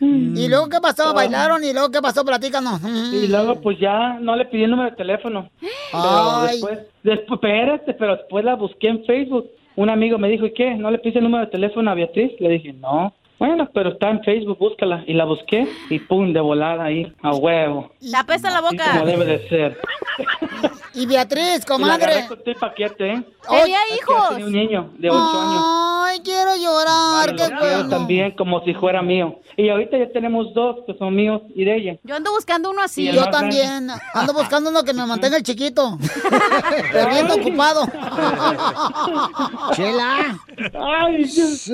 S4: ¿Y luego qué
S25: Oh.
S4: pasó? ¿Bailaron? ¿Y luego qué pasó? Platícanos.
S25: Y luego, pues ya no le pedí el número de teléfono. Pero
S4: Mm. Ay.
S25: después, después, espérate, pero después la busqué en Facebook. Un amigo me dijo, ¿y qué? ¿No le pediste el número de teléfono a Beatriz? Le dije, no. Bueno, pero está en Facebook, búscala. Y la busqué y pum, de volada ahí, a huevo.
S7: Tapesa la boca.
S25: Como debe de ser.
S4: Y Beatriz,
S25: Y la agarré
S4: comadre.
S25: con todo el paquete, ¿eh?
S4: Tenía
S25: hijos. Tenía un niño de 8 años.
S4: Ay, quiero llorar. qué
S25: Lo quiero también como si fuera mío. Y ahorita ya tenemos dos que son míos y de ella.
S7: Yo ando buscando uno así.
S25: Y el
S4: Yo
S25: más grande.
S4: también. Ando buscando uno que me mantenga el chiquito. Pero bien ocupado. Chela.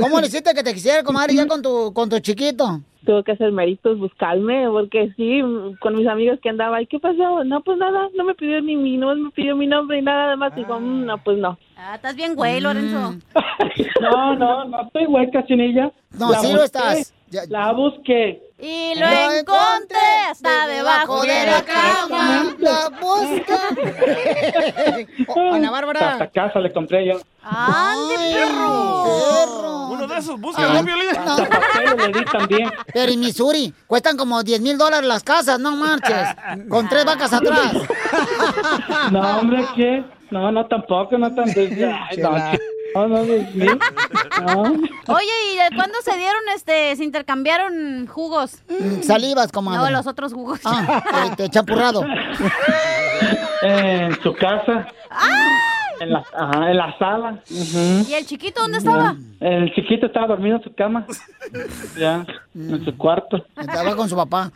S4: ¿Cómo le hiciste que te quisiera, comadre, ya con tu, con tu chiquito?
S12: Tuve que hacer méritos, buscarme, porque sí, con mis amigos que andaba, ¿y qué pasó? No, pues nada, no me pidió ni mi, no me pidió mi nombre y nada, además digo, "Mm, no, pues no.
S7: Ah, estás bien
S4: Mm.
S7: güey, Lorenzo.
S25: No, no, no estoy hueca sin ella.
S7: No, sí lo estás.
S25: La busqué.
S7: Y
S26: lo
S7: lo encontré hasta debajo de la cama.
S4: La busca. Oh, Ana Bárbara.
S25: Hasta casa le compré yo.
S4: ¡Ande, perro! Uno
S5: de esos,
S4: búscalo,
S25: Hasta papel le di también.
S4: Pero en Missouri cuestan como 10 mil dólares las casas, no marches. Con tres vacas atrás.
S25: No, hombre, ¿qué? No, no, tampoco, no tan... Ay, no,
S4: Chela.
S25: no, no, Dios mío. no.
S7: Oye, ¿y de cuándo se dieron, este, se intercambiaron jugos?
S4: Salivas, comadre.
S7: No, los otros jugos.
S4: Ah, este, champurrado.
S25: En su casa. En la, ajá, en la sala. Ujú.
S7: ¿Y el chiquito dónde estaba?
S25: El chiquito estaba dormido en su cama. Ya, en su cuarto.
S4: Estaba con su papá.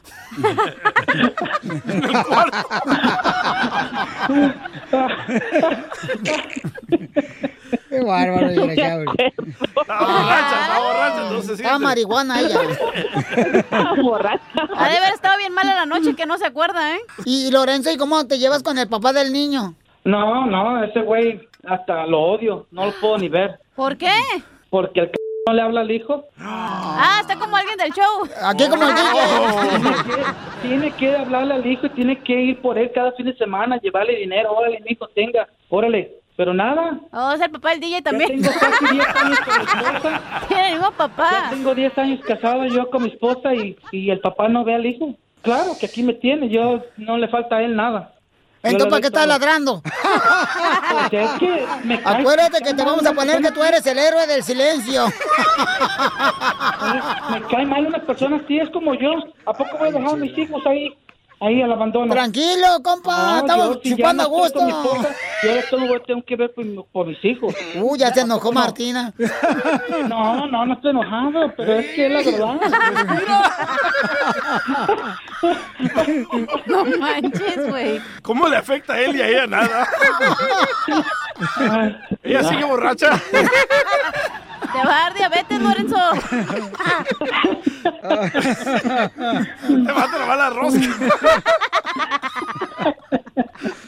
S4: Qué bárbaro, desgraciado. Estaba marihuana ella.
S7: Ha de haber estado bien mala la noche que no se acuerda, ¿eh?
S4: Y Lorenzo, ¿y cómo te llevas con el papá del niño?
S25: No, no, ese güey hasta lo odio. No lo puedo ni ver.
S7: ¿Por qué?
S25: Porque el c no le habla al hijo.
S7: Ah, está como alguien del show.
S4: Aquí como el
S7: Oh.
S25: Tiene Ah, que hablarle al hijo y tiene que ir por él cada fin de semana, llevarle dinero. Órale, mi hijo, tenga. Órale. Pero nada.
S7: Oh, es el papá del DJ también.
S25: Ya tengo casi 10 años con mi esposa.
S7: Tiene el mismo
S25: Ya
S7: papá.
S25: tengo 10 años casado yo con mi esposa y, y el papá no ve al hijo. Claro que aquí me tiene, yo no le falta a él nada.
S4: Entonces, ¿para qué estás ladrando?
S25: es que me cae-
S4: Acuérdate que te vamos a poner que tú eres el héroe del silencio.
S25: Me cae mal una persona así, es como yo. ¿A poco voy a dejar a mis hijos ahí, ahí al abandono?
S4: Tranquilo, compa,
S25: No,
S4: estamos
S25: yo, si ya
S4: chupando a
S25: no estoy
S4: gusto.
S25: con mi esposa, Yo ahora todo lo tengo que ver por, mi- por mis hijos.
S4: Uy, ya se enojó Martina.
S25: No, no, no estoy enojado, pero es que es la verdad.
S7: No manches, güey.
S5: ¿Cómo le afecta a él y a ella nada? ella sigue borracha.
S7: Te va a dar diabetes, Lorenzo.
S5: Te va a trabar la rosca.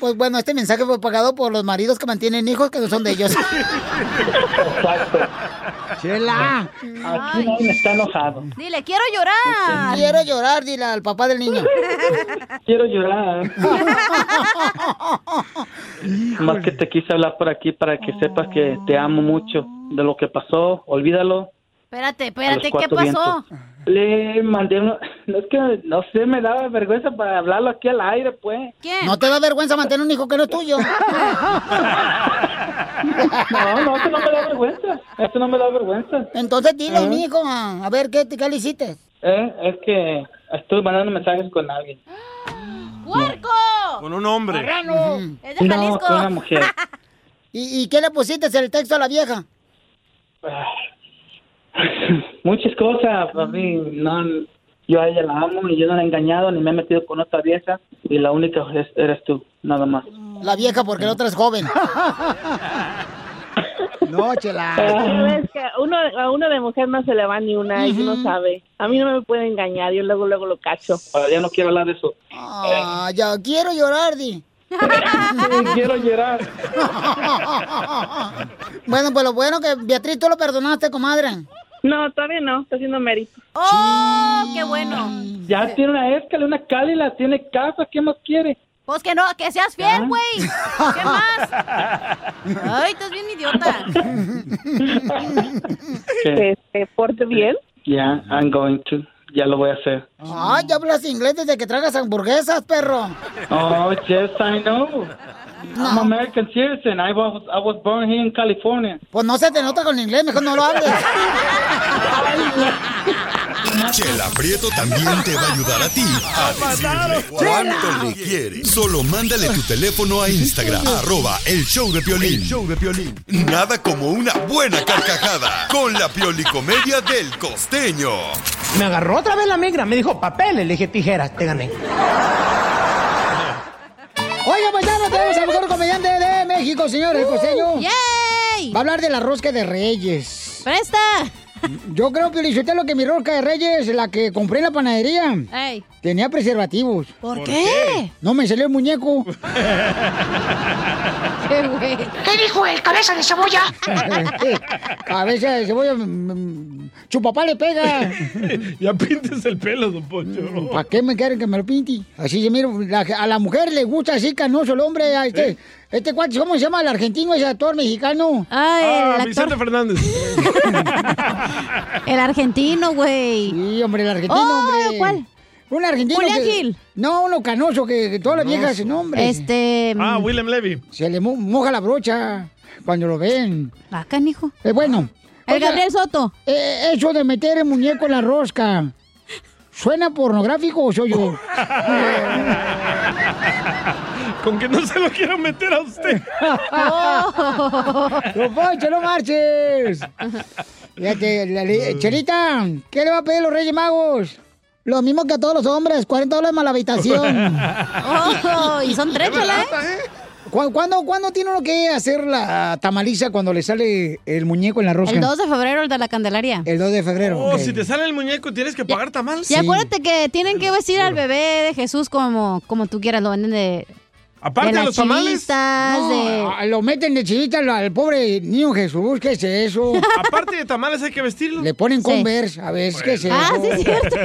S4: Pues bueno, este mensaje fue pagado por los maridos que mantienen hijos que no son de ellos. Chela.
S25: Aquí nadie está enojado.
S7: Dile, quiero llorar.
S4: Este, Quiero llorar, dile al papá del niño.
S25: Quiero llorar. Más que te quise hablar por aquí para que sepas que te amo mucho de lo que pasó. Olvídalo.
S7: Espérate,
S25: a los
S7: espérate, ¿qué
S25: cuatro
S7: pasó?
S25: vientos. Le mandé uno. No es que no sé, me daba vergüenza para hablarlo aquí al aire, pues.
S7: ¿Quién?
S4: No te da vergüenza mantener un hijo que no es tuyo.
S25: No, no, eso no me da vergüenza. Eso no me da vergüenza.
S4: Entonces dile a un
S25: Ah.
S4: hijo, a a ver, ¿qué, qué le hiciste?
S25: Eh, es que estoy mandando mensajes con alguien.
S7: ¡Puerco!
S5: Con un hombre.
S4: ¡Marrano!
S7: Es
S5: de No, Jalisco. con una mujer.
S4: ¿Y, y qué le pusiste en el texto a la vieja?
S25: Muchas cosas, papi. No, yo a ella la amo y yo no la he engañado ni me he metido con otra vieja y la única es- eres tú, nada más.
S4: La vieja porque la otra es joven. no,
S25: Ah.
S10: Pero
S4: chela.
S10: es que a uno, a uno de mujer no se le va ni una y uno sabe. A mí no me puede engañar, yo luego luego lo cacho.
S25: Ah, ya no quiero hablar de eso.
S4: Ah, ya quiero llorar, Di.
S25: quiero llorar.
S4: bueno, pues lo bueno que Beatriz, tú lo perdonaste, comadre.
S10: No, todavía no, está haciendo mérito.
S7: ¡Oh, qué bueno!
S25: Ya tiene una escala, una cálida, tiene casa, ¿qué más quiere?
S7: Pues que no, que seas fiel, güey. ¿Qué más? Ay, estás bien idiota.
S25: Que
S10: se porte Este, bien.
S25: Ya, I'm going to. Ya lo voy a hacer.
S4: Ah, ya hablas inglés desde que tragas hamburguesas, perro.
S25: Oh, yes, I know. I'm American citizen. I was, I was born here in California.
S4: Pues no se te nota con el inglés, mejor no lo hables.
S1: Chela Prieto también te va a ayudar a ti a decirle cuánto le quieres. Solo mándale tu teléfono a Instagram, arroba el show de Piolín. Nada como una buena carcajada con la piolicomedia del costeño.
S2: Me agarró otra vez la migra, me dijo papeles, le dije tijeras, te gané.
S4: Oiga, paisanos, tenemos al mejor comediante de México,
S12: Uh,
S4: señores, el costeño. Va a hablar de la rosca de Reyes.
S12: ¡Presta!
S4: Yo creo, lo que mi rosca de Reyes, la que compré en la panadería,
S12: Ey.
S4: tenía preservativos.
S12: Eh. ¿Por ¿Por qué? qué?
S4: No me salió el muñeco.
S12: ¿Qué
S4: dijo el cabeza de cebolla? cabeza de cebolla. mm, mm, Chupapá le pega.
S5: ya pintes el pelo, don Poncho.
S4: ¿Para qué me quieren que me lo pinti? Así se mira, la- a la mujer le gusta así canoso el hombre. A este, este cuate, ¿cómo se llama el argentino, ese actor mexicano?
S5: Ah, Vicente Fernández.
S12: El argentino, güey.
S4: Sí, hombre, el argentino,
S12: Oh,
S4: hombre.
S12: ¿cuál?
S4: Un argentino.
S12: Julián
S4: que-
S12: Gil.
S4: No, uno canoso que, que todas las viejas, no, hombre.
S12: Este.
S5: Ah, William Levy.
S4: Se le mo- moja la brocha cuando lo ven. Eh,
S12: Acá, hijo.
S4: bueno.
S12: El Gabriel
S4: Soto. eso de meter el muñeco en la rosca. ¿Suena pornográfico o soy yo?
S5: Con que no se lo quiero meter a usted.
S4: ¡No, Poncho, no marches! Fíjate, la le- Chelita, ¿qué le va a pedir los Reyes Magos? Lo mismo que a todos los hombres, 40 dólares más la habitación.
S12: Oh, y son tres,
S4: Qué
S12: chela,
S4: barata, ¿Cu- ¿Cuándo, ¿Cuándo tiene uno que hacer la tamaliza cuando le sale el muñeco en la rosca?
S12: El 2 de febrero, el de la Candelaria.
S4: El 2 de febrero.
S5: Oh,
S4: ok.
S5: si te sale el muñeco, tienes que pagar
S4: Ah,
S5: tamal.
S12: Y acuérdate que tienen que vestir al bebé de Jesús como, como tú quieras, lo venden de.
S5: Aparte
S12: de
S5: de
S12: las
S5: los tamales.
S12: chivitas, de-
S4: No, ah, Lo meten de chivita al, al pobre niño Jesús, ¿qué es eso?
S5: Aparte de tamales, hay que vestirlo.
S4: Le ponen Converse, a ver, ¿qué es eso?
S5: Ah, sí, es cierto.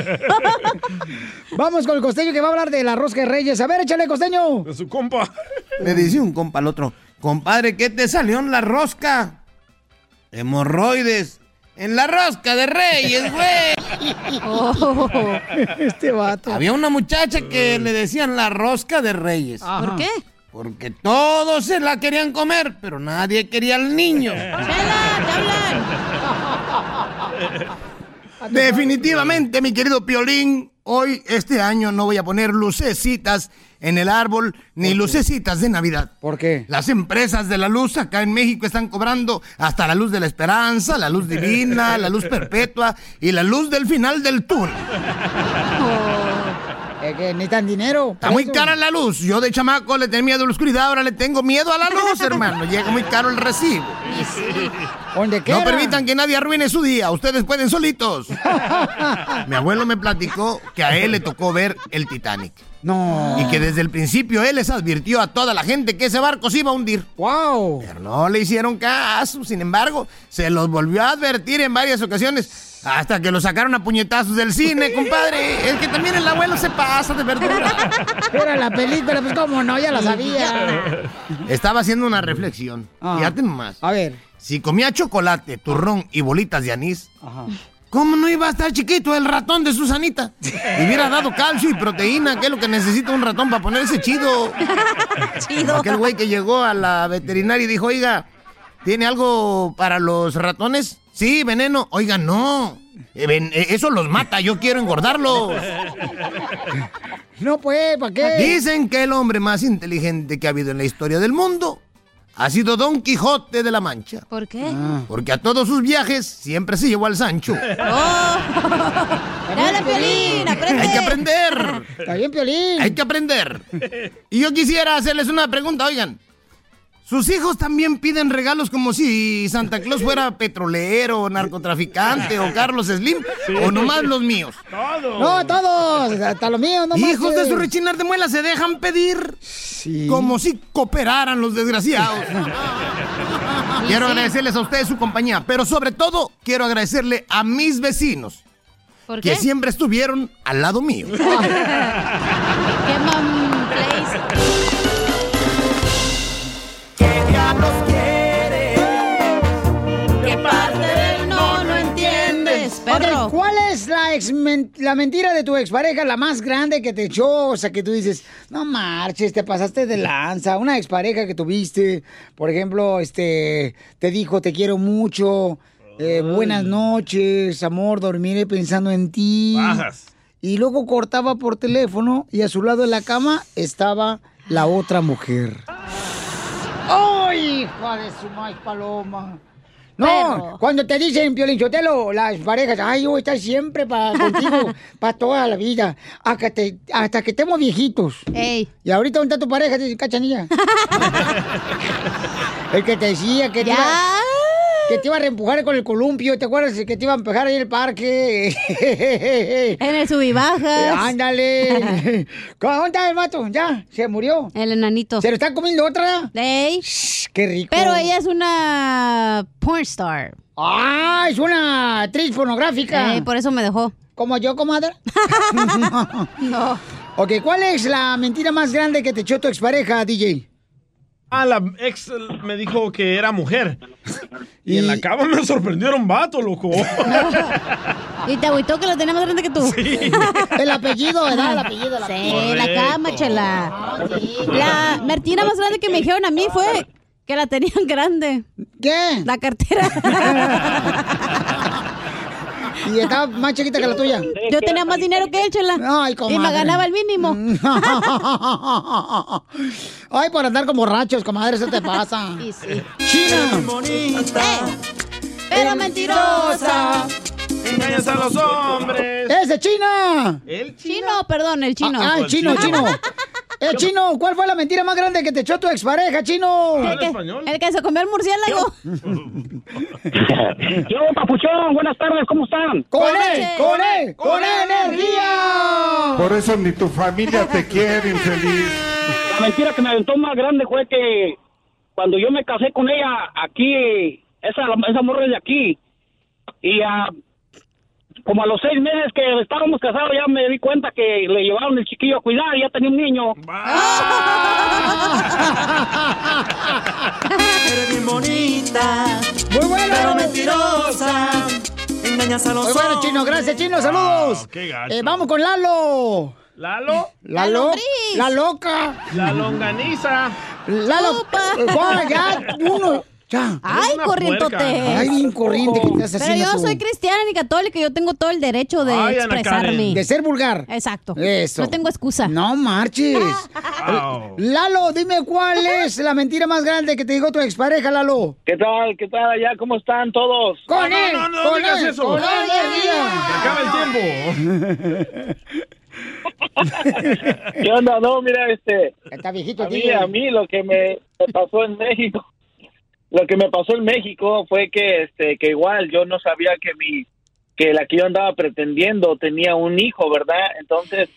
S4: Vamos con el costeño que va a hablar de la rosca de Reyes. A ver, échale, costeño.
S5: De su compa.
S2: Le dice un compa al otro, compadre, ¿qué te salió en la rosca? Hemorroides. En la rosca de Reyes, güey.
S4: este vato.
S2: Había una muchacha que le decían la rosca de Reyes.
S12: Ajá. ¿Por qué?
S2: Porque todos se la querían comer, pero nadie quería al niño.
S4: Ah,
S2: Definitivamente, mi querido Piolín, hoy, este año, no voy a poner lucecitas en el árbol, ni lucecitas de Navidad.
S4: ¿Por qué?
S2: Las empresas de la luz acá en México están cobrando hasta la luz de la esperanza, la luz divina, la luz perpetua y la luz del final del túnel.
S4: Es Oh. Eh, que necesitan dinero.
S2: Está muy cara la luz. Yo de chamaco le tenía miedo a la oscuridad, ahora le tengo miedo a la luz, hermano. Llega muy caro el recibo. No
S4: quiera.
S2: permitan que nadie arruine su día. Ustedes pueden solitos. Mi abuelo me platicó que a él le tocó ver el Titanic.
S4: No.
S2: Y que desde el principio él les advirtió a toda la gente que ese barco se iba a hundir.
S4: ¡Wow!
S2: Pero no le hicieron caso. Sin embargo, se los volvió a advertir en varias ocasiones. Hasta que lo sacaron a puñetazos del cine, compadre. Es que también el abuelo se pasa de verdura.
S4: Era la película, pues como no, ya la sabía.
S2: Estaba haciendo una reflexión. Fíjate nomás.
S4: Ah. A ver.
S2: Si comía chocolate, turrón y bolitas de anís, ¿cómo no iba a estar chiquito el ratón de Susanita? Le hubiera dado calcio y proteína, que es lo que necesita un ratón para ponerse chido. Como Aquel güey que llegó a la veterinaria y dijo, oiga, ¿tiene algo para los ratones? Sí, veneno. Oiga, no. Eh, ven- eh, Eso los mata, yo quiero engordarlos.
S4: No, pues, ¿para qué?
S15: Dicen que el hombre más inteligente que ha habido en la historia del mundo ha sido Don Quijote de la Mancha.
S7: ¿Por qué?
S4: Ah.
S15: Porque a todos sus viajes siempre se llevó al Sancho.
S7: Oh,
S4: Ah,
S7: ¡Dale, Piolín! ¡Aprende!
S15: Hay que aprender.
S4: Está bien, Piolín.
S15: Hay que aprender. Y yo quisiera hacerles una pregunta, oigan. ¿Sus hijos también piden regalos como si Santa Claus fuera petrolero, narcotraficante o Carlos Slim? ¿O nomás los míos?
S4: Todos. No, todos. Hasta los míos, no
S15: Hijos de
S4: marches.
S15: su rechinar de muela se dejan pedir como si cooperaran los desgraciados. Quiero agradecerles a ustedes su compañía, pero sobre todo quiero agradecerle a mis vecinos
S7: ¿Por qué?
S15: que siempre estuvieron al lado mío.
S7: ¡Qué mam place!
S12: ¿Qué parte del no no entiendes, perro?
S4: Ok, ¿Cuál es la, ex men- la mentira de tu expareja, la más grande que te echó? O sea, que tú dices, no marches, te pasaste de lanza. Una expareja que tuviste, por ejemplo, este, te dijo, te quiero mucho, eh, buenas noches, amor, dormiré pensando en ti.
S5: Bajas.
S4: Y luego cortaba por teléfono y a su lado en la cama estaba la otra mujer. ¡Ay, hija de su maíz paloma! No, cuando te dicen, Piolinchotelo, las parejas, ay, yo voy a estar siempre para contigo, para toda la vida, hasta que, te- hasta que estemos viejitos. Y ahorita, ¿dónde está tu pareja? Dice, Cachanilla. el que te decía que te, iba, que te iba a reempujar con el columpio, ¿te acuerdas? Que te iba a empujar ahí en el parque. en
S7: el subibajas.
S4: Eh, Ándale. ¿Dónde está el vato? Ya, se murió.
S7: El enanito.
S4: ¿Se lo está comiendo otra?
S7: ¡Ey!
S4: ¡Qué rico!
S7: Pero ella es una porn star.
S4: ¡Ah! Es una actriz pornográfica.
S7: Ey, por eso me dejó.
S4: ¿Como yo, comadre? no. Ok, ¿cuál es la mentira más grande que te echó tu expareja, DJ?
S5: Ah, la ex me dijo que era mujer. Y, en la cama me sorprendieron vato, loco.
S7: Y te agüitó que lo tenía más grande que tú.
S4: El apellido, ¿verdad? El apellido.
S7: Sí,
S4: apellido.
S7: la cama,
S4: Correcto.
S7: chela. La Martina más grande que me dijeron a mí fue que la tenían grande.
S4: ¿Qué?
S7: La cartera.
S4: Y estaba más chiquita que la tuya.
S7: Yo tenía más dinero que él, chela.
S4: Ay, comadre.
S7: Y me ganaba el mínimo.
S4: Ay, por andar con borrachos, comadre, eso te pasa.
S7: Y sí.
S4: China.
S7: pero mentirosa.
S5: Engañas a los hombres.
S4: ¡Ese China!
S5: El
S7: chino, perdón, el chino.
S4: Ah, el chino, chino. Eh, chino, ¿cuál fue la mentira más grande que te echó tu expareja, chino?
S7: El que, el que se comió el murciélago.
S27: Yo, papuchón, buenas tardes, ¿cómo están?
S4: ¡Con él! ¡Con él! ¡Con energía!
S22: Por eso ni tu familia te quiere, infeliz.
S27: La mentira que me aventó más grande fue que cuando yo me casé con ella, aquí, esa, esa morra es de aquí, y ah, como a los seis meses que estábamos casados, ya me di cuenta que le llevaron el chiquillo a cuidar y ya tenía un niño.
S12: Eres bien bonita.
S4: Muy bueno.
S12: Pero mentirosa. Engañas a los
S4: Muy bueno, chino, gracias, chino, saludos.
S27: Ah,
S12: qué gacho.
S4: Eh, vamos con Lalo.
S5: ¿Lalo?
S4: La,
S5: La
S4: lo-
S5: lombriz.
S4: la loca.
S5: La longaniza.
S4: La loca. ya, uno. Ya.
S7: Ay,
S5: una
S7: corrientote.
S5: puerca.
S4: Ay, bien corriente que te estás
S7: Pero
S4: haciendo
S7: yo
S4: tú.
S7: soy cristiana y católica. Yo tengo todo el derecho de
S4: Ay, Ana
S7: expresarme.
S4: Karen. De ser vulgar.
S7: Exacto.
S4: Eso.
S7: No tengo excusa.
S4: No marches. Lalo, dime cuál es la mentira más grande que te dijo tu expareja, Lalo.
S27: ¿Qué tal? ¿Qué tal allá? ¿Cómo están todos?
S4: Con él,
S27: Ah, no, no, no
S4: con
S27: digas
S4: él,
S27: eso.
S4: con él,
S27: No,
S4: energía.
S27: acaba el tiempo. ¿Qué onda? No, mira, este.
S4: Está viejito,
S27: a mí,
S4: DJ.
S27: a mí lo que me, me pasó en México, lo que me pasó en México fue que, este, que igual yo no sabía que mi, que la que yo andaba pretendiendo tenía un hijo, ¿verdad? Entonces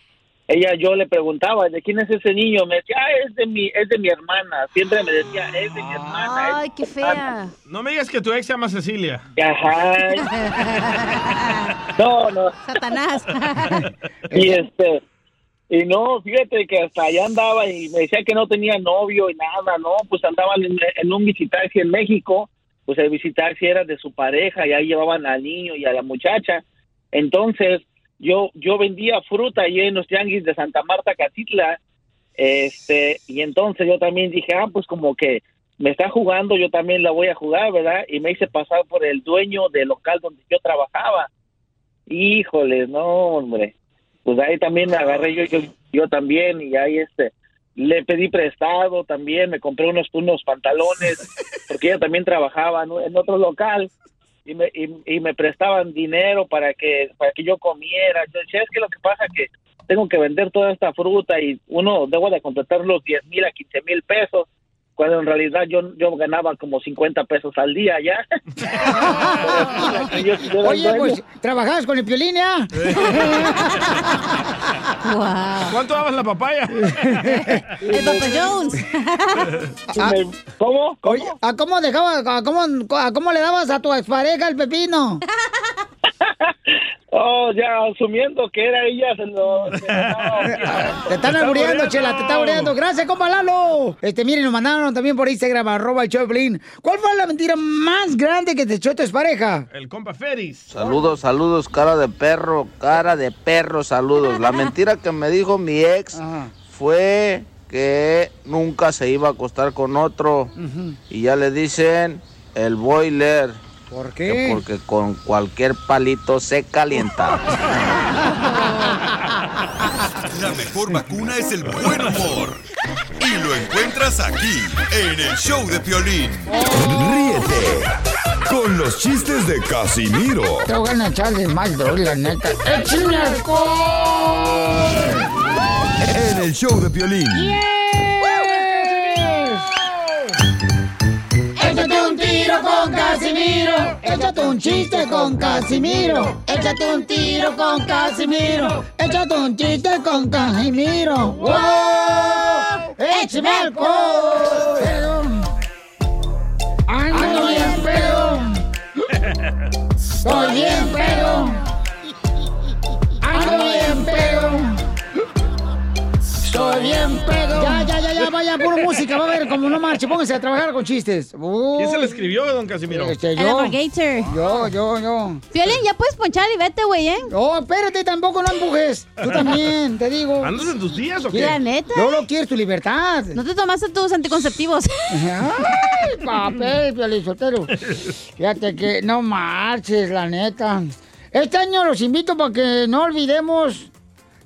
S27: ella, yo le preguntaba, ¿de quién es ese niño? Me decía, ah, es de mi, es de mi hermana. Siempre me decía, es de mi hermana.
S7: Ay, qué fea.
S5: No me digas que tu ex se llama Cecilia.
S27: No, no.
S7: Satanás.
S27: Y este, y no, fíjate que hasta allá andaba y me decía que no tenía novio y nada, ¿no? Pues andaban en, en un visitarse en México, pues el visitarse era de su pareja y ahí llevaban al niño y a la muchacha. Entonces, yo, yo vendía fruta allí en los tianguis de Santa Marta, Catitla, este, y entonces yo también dije, ah, pues como que me está jugando, yo también la voy a jugar, ¿verdad? Y me hice pasar por el dueño del local donde yo trabajaba. Híjole, no, hombre. pues ahí también me agarré yo, yo, yo también y ahí este, le pedí prestado también, me compré unos, unos pantalones, porque ella también trabajaba en, en otro local y me, y, y me prestaban dinero para que, para que yo comiera. Yo decía, es que lo que pasa que tengo que vender toda esta fruta y uno debo de completar los 10 mil a 15 mil pesos, cuando en realidad yo, yo ganaba como 50 pesos al día ya. Yo- yo era
S4: Oye,
S27: el dueño.
S4: pues, ¿trabajabas con el piolín, eh? ya?
S5: ¿Cuánto dabas la papaya?
S4: El Papa Jones.
S27: ¿Cómo?
S4: ¿Cómo? ¿A cómo dejabas, a cómo, a cómo le dabas a tu expareja el pepino?
S27: Oh, ya asumiendo que era ella, se lo...
S4: Te están albureando, chela, te están albureando. Gracias, compa Lalo. Este, miren, nos mandaron también por Instagram, arroba el show de Piolín. ¿Cuál fue la mentira más grande que te echó tu expareja?
S5: El compa Feris.
S16: Saludos, saludos, cara de perro, cara de perro, saludos. La mentira que me dijo mi ex fue que nunca se iba a acostar con otro. Y ya le dicen el boiler.
S4: ¿Por
S16: qué? porque con cualquier palito se calienta.
S1: La mejor vacuna es el buen humor. Y lo encuentras aquí, en el show de Piolín.
S18: Ríete con los chistes de Casimiro
S4: Tengo ganas de echarle más doble, la neta. ¡Échame alcohol!
S18: en el show de Piolín.
S4: Échate un tiro con Casimiro. Échate un chiste con Casimiro. Échate un tiro con Casimiro. Échate un chiste con Casimiro. ¡Wow! ¡Échame alcohol! Ando bien pedo. Estoy bien pedo. Ando bien pedo. Estoy bien pedo. Ya, ya, ya, ya, vaya, puro música. Va a ver, como no marche, pónganse a trabajar con chistes.
S5: ¿Quién se
S4: Uy.
S5: le escribió, don Casimiro?
S4: Este, yo. Yo, yo, yo.
S7: Piolín, ya puedes ponchar y vete, güey, ¿eh?
S4: No, espérate, tampoco no empujes. Tú también, te digo.
S5: ¿Andas en tus días o qué?
S7: La neta. ¿eh?
S4: Yo no quiero tu libertad.
S7: No te tomaste tus anticonceptivos.
S4: Ay, papel, Piolizotero. Fíjate que no marches, la neta. Este año los invito para que no olvidemos,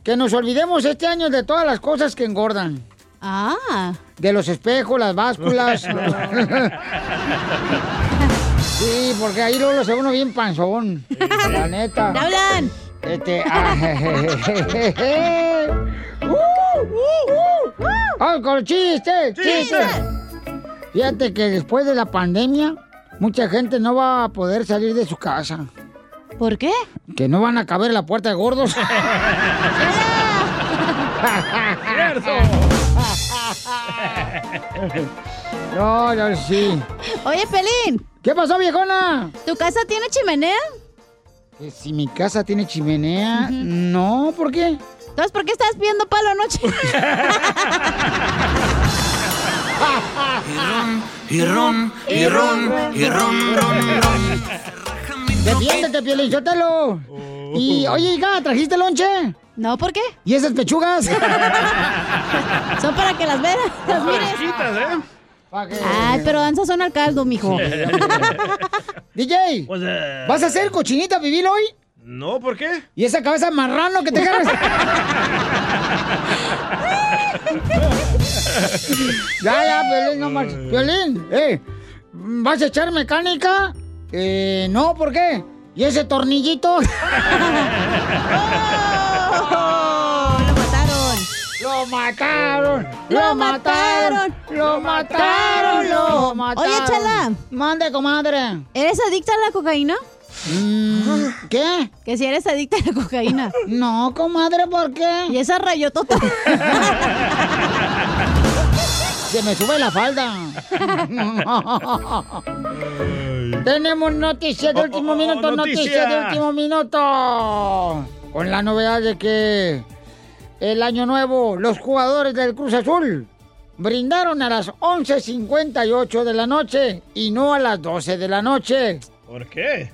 S4: que nos olvidemos este año de todas las cosas que engordan.
S7: Ah.
S4: De los espejos, las básculas. sí, porque ahí luego lo se uno bien panzón. La neta.
S12: ¿Te
S7: hablan?
S4: Este. ah, ¡Uh, uh, uh! ¡Ay, con chiste! ¡Chiste! Fíjate que después de la pandemia, mucha gente no va a poder salir de su casa.
S7: ¿Por qué?
S4: Que no van a caber en la puerta de gordos. No, no, sí.
S7: Oye, Pelín.
S4: ¿Qué pasó, viejona?
S7: ¿Tu casa tiene chimenea?
S4: Que Si mi casa tiene chimenea, no, ¿por qué?
S7: Entonces, ¿por qué estás pidiendo palo anoche?
S12: Y ron, y ron, y ron, ron, ron.
S4: Defiéndete, Piolín, suéltalo. Y, oye, hija, ¿trajiste lonche?
S7: No, ¿por qué?
S4: ¿Y esas pechugas?
S7: Son para que las veas, las mires. Ay, pero danzas son al caldo, mijo.
S4: DJ, ¿vas a hacer cochinita vivir hoy?
S5: No, ¿por qué?
S4: ¿Y esa cabeza de marrano que te agarras? ya, ya, Piolín, no marches. Piolín, eh, ¿vas a echar mecánica? Eh, no, ¿por qué? ¿Y ese tornillito?
S7: ¡Lo mataron!
S4: ¡Lo mataron! ¡Lo mataron! ¡Lo mataron! ¡Lo mataron!
S7: Oye, Chala.
S4: Mande, comadre. Mm,
S7: ¿Eres adicta a la cocaína?
S4: ¿Qué?
S7: Que si eres adicta a la cocaína.
S4: No, comadre, ¿por qué?
S7: Y esa rayotota.
S4: Se me sube la falda. Tenemos noticias de
S5: Oh,
S4: último minuto, noticias
S12: noticia.
S4: de último minuto. Con la novedad de que el año nuevo, los jugadores del Cruz Azul brindaron a las 11.58 de la noche y no a las 12 de la noche.
S5: ¿Por qué?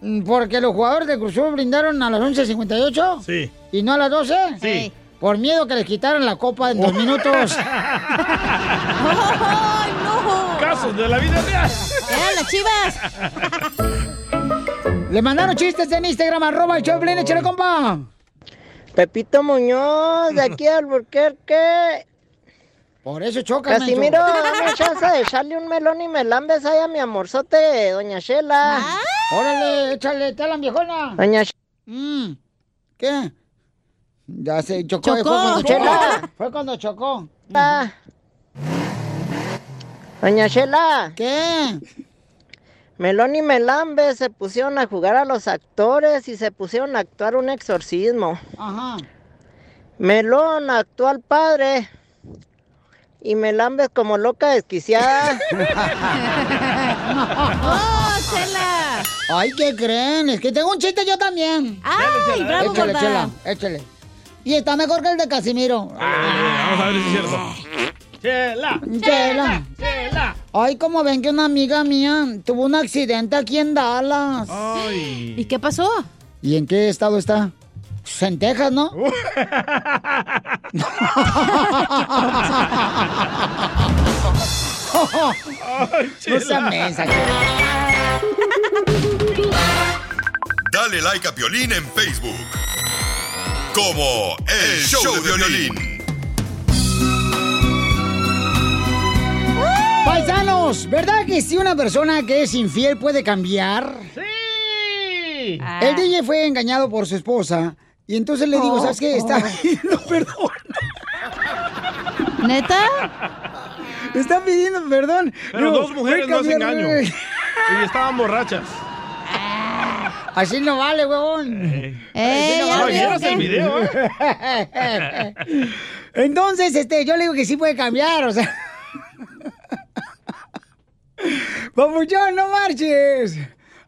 S4: Mm, Porque los jugadores de Cruz Azul brindaron a las 11.58
S5: Sí.
S4: y no a las 12.
S5: Sí. Oh.
S4: Por miedo que les quitaran la copa en dos minutos.
S7: ¡Ay, no!
S5: Casos de la vida real.
S7: ¡Eran las chivas!
S4: Le mandaron chistes en Instagram, arroba el show de Piolín, échale, compa.
S17: Pepito Muñoz, de aquí al Burquerque.
S4: Por eso chocan,
S17: Casimiro,
S4: Nacho.
S17: dame chance de echarle un melón y melambes ahí a mi amorzote, doña Shela.
S4: Órale, échale, tela, viejona.
S17: Doña
S4: ¿Qué? Ya se chocó.
S17: Chocó.
S4: Fue cuando chocó.
S17: Chela. Ah,
S4: Fue cuando chocó.
S17: Shela. Doña Shela.
S4: ¿Qué?
S17: Melón y Melambe se pusieron a jugar a los actores y se pusieron a actuar un exorcismo.
S4: Ajá.
S17: Melón actuó al padre y Melambe como loca desquiciada.
S4: ¡Oh, Chela! Ay, ¿qué creen? Es que tengo un chiste yo también.
S5: Eh,
S4: ¡Ay,
S17: Chela, bravo,
S4: Échale,
S17: gorda.
S4: Chela, échale. Y está mejor que el de Casimiro.
S5: Vamos a ver si es cierto.
S4: Chela. Chela. Ay, como ven que una amiga mía tuvo un accidente aquí en Dallas.
S5: Ay.
S4: ¿Y qué pasó? ¿Y en qué estado está? Pues en Texas, ¿no?
S12: No seas mensa,
S1: Dale like a Piolín en Facebook. Como El, Show, de Violín.
S4: Paisanos, ¿verdad que si una persona que es infiel puede cambiar?
S5: Sí.
S12: Ah.
S4: El DJ fue engañado por su esposa y entonces le digo,
S12: Oh,
S4: ¿sabes qué? Está
S12: oh.
S4: pidiendo perdón. ¿Neta? Está pidiendo perdón.
S5: Pero
S4: Digo,
S5: dos mujeres no
S4: "Güey,
S5: se
S4: cambiar-
S5: engaño. Y estaban borrachas.
S4: Así no vale, huevón. Así no
S5: ya
S4: vale.
S5: vieron el video, ¿eh?
S4: Entonces, este, yo le digo que sí puede cambiar, o sea. Papuchón, no marches.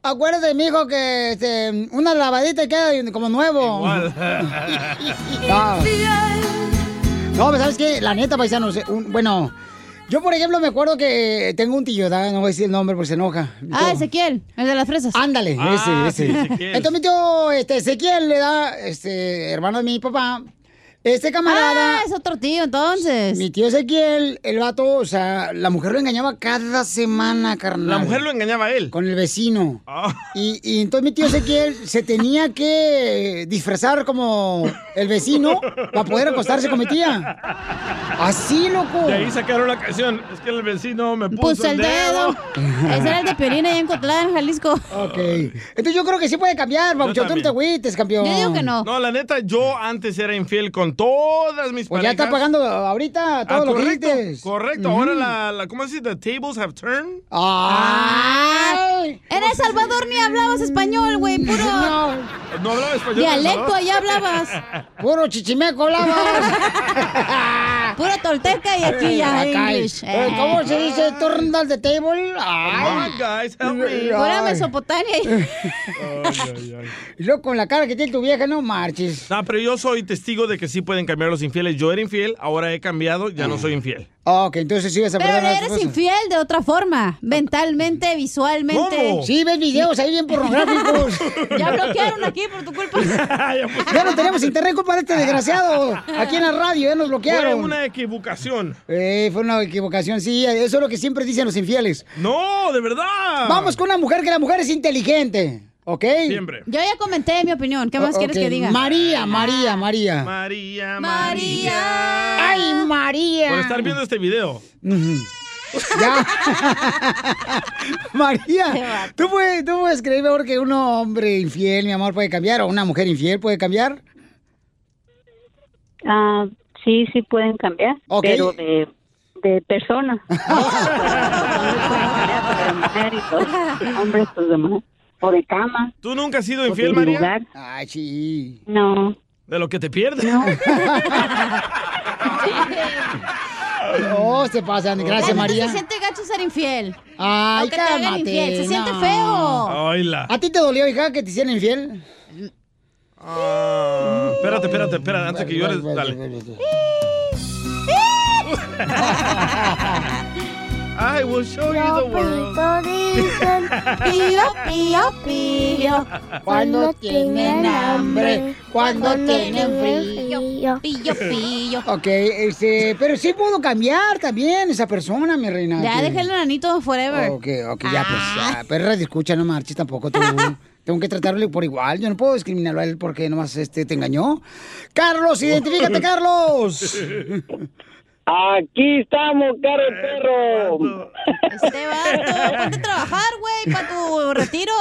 S4: Acuérdate, mijo, que este, una lavadita y queda como nuevo. No. Ah. No, pero ¿sabes qué? La neta, paisanos, eh, un- bueno, yo por ejemplo me acuerdo que tengo un tío, ¿da? no voy a decir el nombre porque se enoja.
S7: Ah,
S4: Ezequiel, el de las fresas. Ándale,
S7: Ah,
S4: ese,
S7: sí,
S4: ese.
S7: Ezequiel.
S4: Entonces mi tío, este, Ezequiel le da, este, hermano de mi papá, este camarada.
S7: Ah,
S4: es otro tío entonces. Mi tío Ezequiel, el vato, o sea, la mujer lo engañaba cada semana, carnal.
S5: La mujer
S4: lo engañaba a él. Con el vecino.
S5: Ah.
S4: Y, y entonces mi tío Ezequiel se tenía que disfrazar como el vecino para poder acostarse con mi tía. Así, loco.
S5: De ahí sacaron la canción. Es que el vecino me puso,
S7: Puso el dedo. Ese era el de Piolín allá en Cotlán, Jalisco.
S4: Ok. Entonces yo creo que sí puede cambiar, Papuchón. Tú no te agüites, campeón.
S5: No, la neta, yo antes era infiel con todas mis
S4: Pues ya
S5: parejas.
S4: está pagando ahorita todo
S5: Ah,
S4: lo que
S5: correcto,
S4: dijiste.
S5: Correcto, ahora la, la- ¿cómo se dice? The tables have turned.
S4: Ah.
S7: ¡Ay! Era El Salvador, ni hablabas español, güey, puro.
S5: No hablaba español.
S7: Dialecto,
S5: ¿no?
S7: allá hablabas.
S4: Puro chichimeco
S7: hablabas. Pura tolteca y aquí ya
S4: Acá
S7: English.
S4: es. Eh, ¿Cómo se dice? Turn down the table.
S5: Come
S4: Ay.
S5: on, guys, help me.
S4: Fuera Mesopotamia. Y luego con la cara que tiene tu vieja, no marches.
S5: No, pero yo soy testigo de que sí pueden cambiar los infieles. Yo era infiel, ahora he cambiado, ya no soy infiel.
S4: Ok, entonces sí vas a
S7: Pero
S4: perder a tu
S7: eres
S4: esposa.
S7: infiel de otra forma, mentalmente, visualmente.
S4: ¿Cómo? Sí, ves videos ahí bien pornográficos.
S7: ya bloquearon aquí por tu culpa.
S4: Ya no tenemos internet culpa de este desgraciado. Aquí en la radio, ya nos
S5: Fue
S4: bloquearon.
S5: una equivocación.
S4: Eh, fue una equivocación, sí, eh, eso es lo que siempre dicen los infieles.
S5: No, de verdad.
S4: Vamos con una mujer, que la mujer es inteligente, ¿ok?
S5: Siempre.
S7: Yo ya comenté mi opinión. ¿Qué más
S4: O-
S7: quieres
S4: ok,
S7: que diga? Ah.
S4: María, María, María.
S5: María,
S7: María.
S4: Ay, María.
S5: Por estar viendo este video.
S4: Ya. María, ¿tú puedes, ¿tú puedes creer mejor que un hombre infiel, mi amor, puede cambiar? ¿O una mujer infiel puede cambiar?
S2: Ah, sí, sí pueden cambiar,
S4: Ok.
S2: pero de, de persona. Hombres, pues, de mujer. O de cama.
S5: ¿Tú nunca has sido
S2: o
S5: infiel,
S2: de
S5: María?
S2: lugar.
S4: Ay, sí.
S2: No.
S5: De lo que te pierdes.
S4: No, Oh, se pasan. Gracias,
S7: La neta
S4: María.
S7: Se siente gacho ser infiel.
S4: Ay,
S7: O que te hagan
S4: cálmate,
S7: infiel, Se siente
S4: no.
S7: feo.
S5: Oila.
S4: ¿A ti te dolió, hija, que te hicieran infiel?
S5: Ah, espérate, espérate, espérate, antes que llores, dale. I will show you the world.
S12: Pío,
S4: pío, pío. Cuando tienen hambre, cuando tienen frío.
S7: Pillo, pillo.
S4: Ok, este, pero sí pudo cambiar también esa persona, mi reina.
S7: Ya, Ah.
S4: que-
S7: déjale el anito forever.
S4: pues, Ok, ok, ya, pues, ya. Pero radio escucha, no marches tampoco tú. Tengo que tratarle por igual. Yo no puedo discriminarlo a él porque nomás este, te engañó. Carlos, identifícate, Carlos.
S10: Aquí estamos, caro perro.
S7: Este vato, ponte a trabajar, güey, para tu retiro.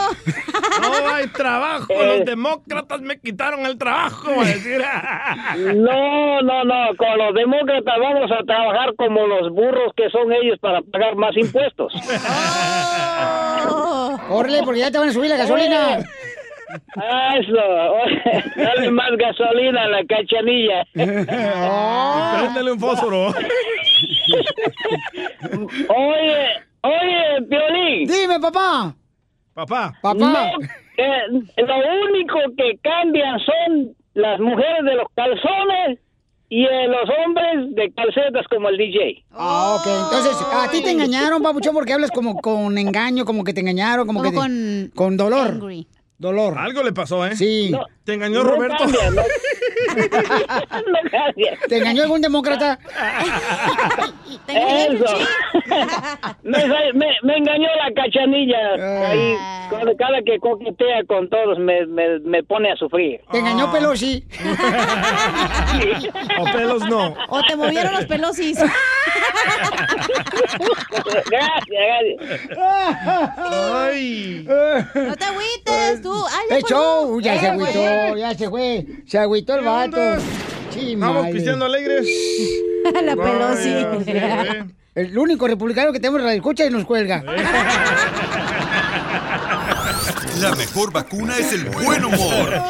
S5: No hay trabajo. Los demócratas me quitaron el trabajo. va a decir.
S10: No, no, no. Con los demócratas vamos a trabajar como los burros que son ellos para pagar más impuestos.
S4: Órale, porque ya te van a subir la gasolina.
S10: Ah, Eso. Dale más gasolina a la cachanilla.
S4: Ah.
S5: Préndele un fósforo.
S10: Oye, oye, Piolín.
S4: Dime, papá.
S5: Papá.
S10: No, eh, lo único que cambian son las mujeres de los calzones y eh, los hombres de calcetas Pues como el DJ.
S4: Ah, ok. Entonces, a ti te engañaron, papuchón, porque hablas como con engaño, como que te engañaron, como,
S5: Como
S4: que te- con dolor. Dolor.
S5: Algo le pasó, ¿eh?
S4: Sí.
S5: Te engañó Roberto.
S4: ¿Te engañó algún demócrata?
S10: Eso. me, sa- me- me engañó la cachanilla. Ahí, cada, cada que coquetea con todos me, me, me pone a sufrir.
S4: ¿Te engañó Pelosi?
S5: Ah. o pelos no.
S7: O te movieron los pelosis.
S10: gracias,
S4: gracias.
S5: Ay.
S7: No te agüites, tú. Ay, ya
S4: ¡Eh,
S7: colgó.
S4: show! Ya se
S7: Eh,
S4: agüitó,
S7: güey.
S4: ya se fue. Se agüitó el vato. Sí,
S5: Vamos
S4: madre.
S5: pisteando alegres.
S7: La
S5: Vaya, se ve.
S4: El único republicano que tenemos en la escucha y nos cuelga.
S1: La mejor vacuna es el buen humor.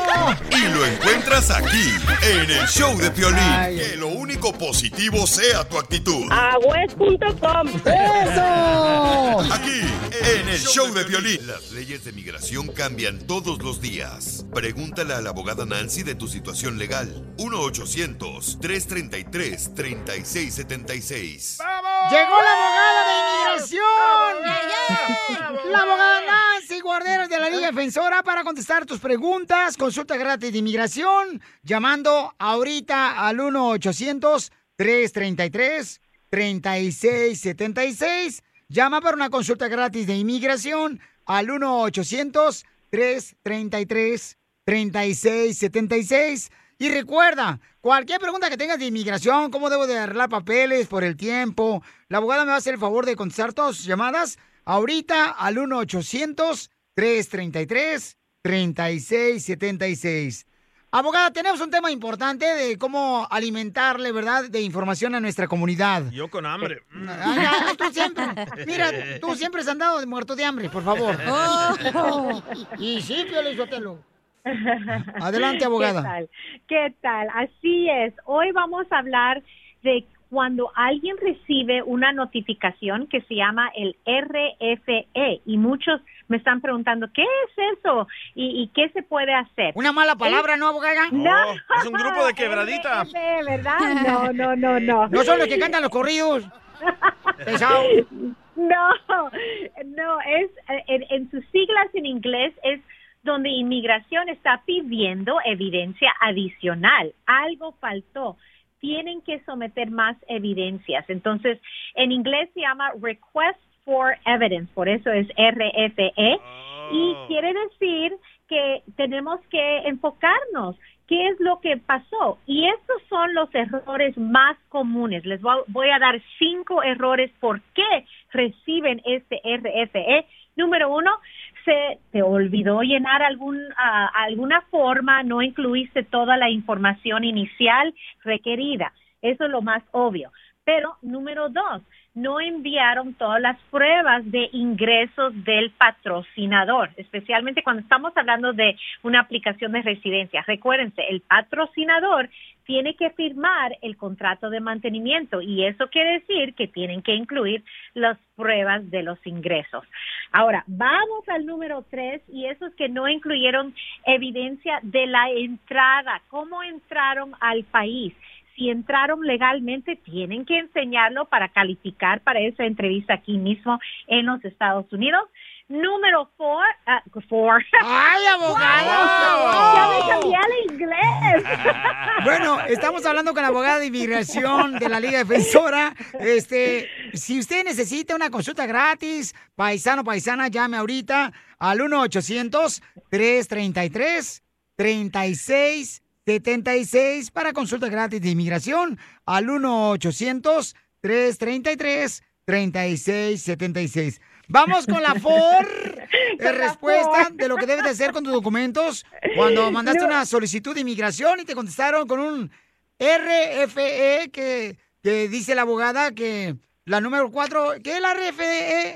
S1: Y lo encuentras aquí, en el show de Piolín. Que lo único positivo sea tu actitud.
S10: Agüez.com.
S4: ¡Eso!
S1: Aquí, en el show de Piolín. Las leyes de migración cambian todos los días. Pregúntale a la abogada Nancy de tu situación legal. 1-800-333-3676.
S4: ¡Llegó la abogada de inmigración! La abogada Nancy Guarderos de la Liga Defensora para contestar tus preguntas. Consulta gratis de inmigración. Llamando ahorita al 1-800-333-3676. Llama para una consulta gratis de inmigración al 1-800-333-3676. Y recuerda, cualquier pregunta que tengas de inmigración, cómo debo de arreglar papeles por el tiempo, la abogada me va a hacer el favor de contestar todas sus llamadas ahorita al 1-800-333-3676. Abogada, tenemos un tema importante de cómo alimentarle, ¿verdad?, de información a nuestra comunidad.
S5: Yo con hambre.
S4: Ay, ay, tú siempre, mira, tú siempre has andado de muerto de hambre, por favor.
S12: Oh.
S4: Y sí, Piolín Sotelo. Adelante, abogada.
S6: ¿Qué tal? ¿Qué tal? Así es. Hoy vamos a hablar de cuando alguien recibe una notificación que se llama el RFE y muchos me están preguntando, ¿qué es eso? ¿Y, y qué se puede hacer?
S4: Una mala palabra, ¿no, abogada?
S6: No.
S5: Oh, es un grupo de quebraditas.
S6: RFE, ¿verdad? No, no, no, no.
S4: No son los que cantan los corridos. Pesado.
S6: No, no, es eh, en, en sus siglas en inglés es donde inmigración está pidiendo evidencia adicional. Algo faltó. Tienen que someter más evidencias. Entonces, en inglés se llama Request for Evidence, por eso es E, RFE. Y quiere decir que tenemos que enfocarnos. ¿Qué es lo que pasó? Y estos son los errores más comunes. Les voy a, voy a dar cinco errores por qué reciben este RFE. Número uno, se te olvidó llenar algún, ah, alguna forma, no incluiste toda la información inicial requerida. Eso es lo más obvio. Pero número dos, no enviaron todas las pruebas de ingresos del patrocinador, especialmente cuando estamos hablando de una aplicación de residencia. Recuérdense, el patrocinador tiene que firmar el contrato de mantenimiento y eso quiere decir que tienen que incluir las pruebas de los ingresos. Ahora, vamos al número tres y esos que no incluyeron evidencia de la entrada, cómo entraron al país si entraron legalmente, tienen que enseñarlo para calificar para esa entrevista aquí mismo en los Estados Unidos. Número four, ah, four.
S4: ¡Ay,
S6: abogado! ¡Ya me cambié al inglés!
S4: Bueno, estamos hablando con la abogada de inmigración de la Liga Defensora. Este, si usted necesita una consulta gratis, paisano, paisana, llame ahorita al 1-800-333-3676 para consulta gratis de inmigración al 1-800-333-3676. Vamos con la FOR.
S12: la
S4: Es respuesta
S12: FOR.
S4: de lo que debes de hacer con tus documentos cuando mandaste
S12: No.
S4: una solicitud de inmigración y te contestaron con un RFE que, que dice la abogada que la número 4, ¿qué es la E? RFE?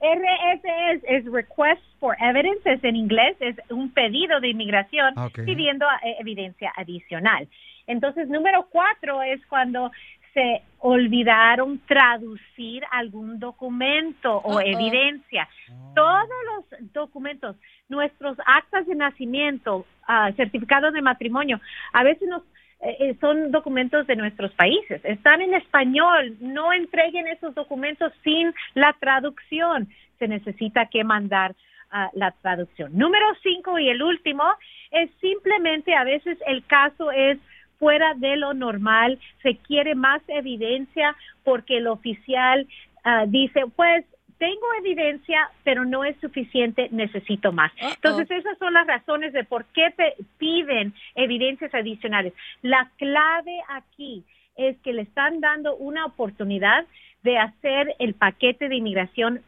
S6: RFE es, es Request for Evidence, es en inglés, es un pedido de inmigración
S12: Ok.
S6: pidiendo eh, evidencia adicional. Entonces, número cuatro es cuando se olvidaron traducir algún documento
S12: Uh-oh.
S6: o evidencia. Todos los documentos, nuestros actas de nacimiento, ah, certificados de matrimonio, a veces nos eh, eh, son documentos de nuestros países, están en español, no entreguen esos documentos sin la traducción, se necesita que mandar ah, la traducción. Número cinco y el último es simplemente a veces el caso es fuera de lo normal, se quiere más evidencia porque el oficial ah, dice, pues tengo evidencia, pero no es suficiente, necesito más. Entonces, esas son las razones de por qué pe- piden evidencias adicionales. La clave aquí es que le están dando una oportunidad de hacer el paquete de inmigración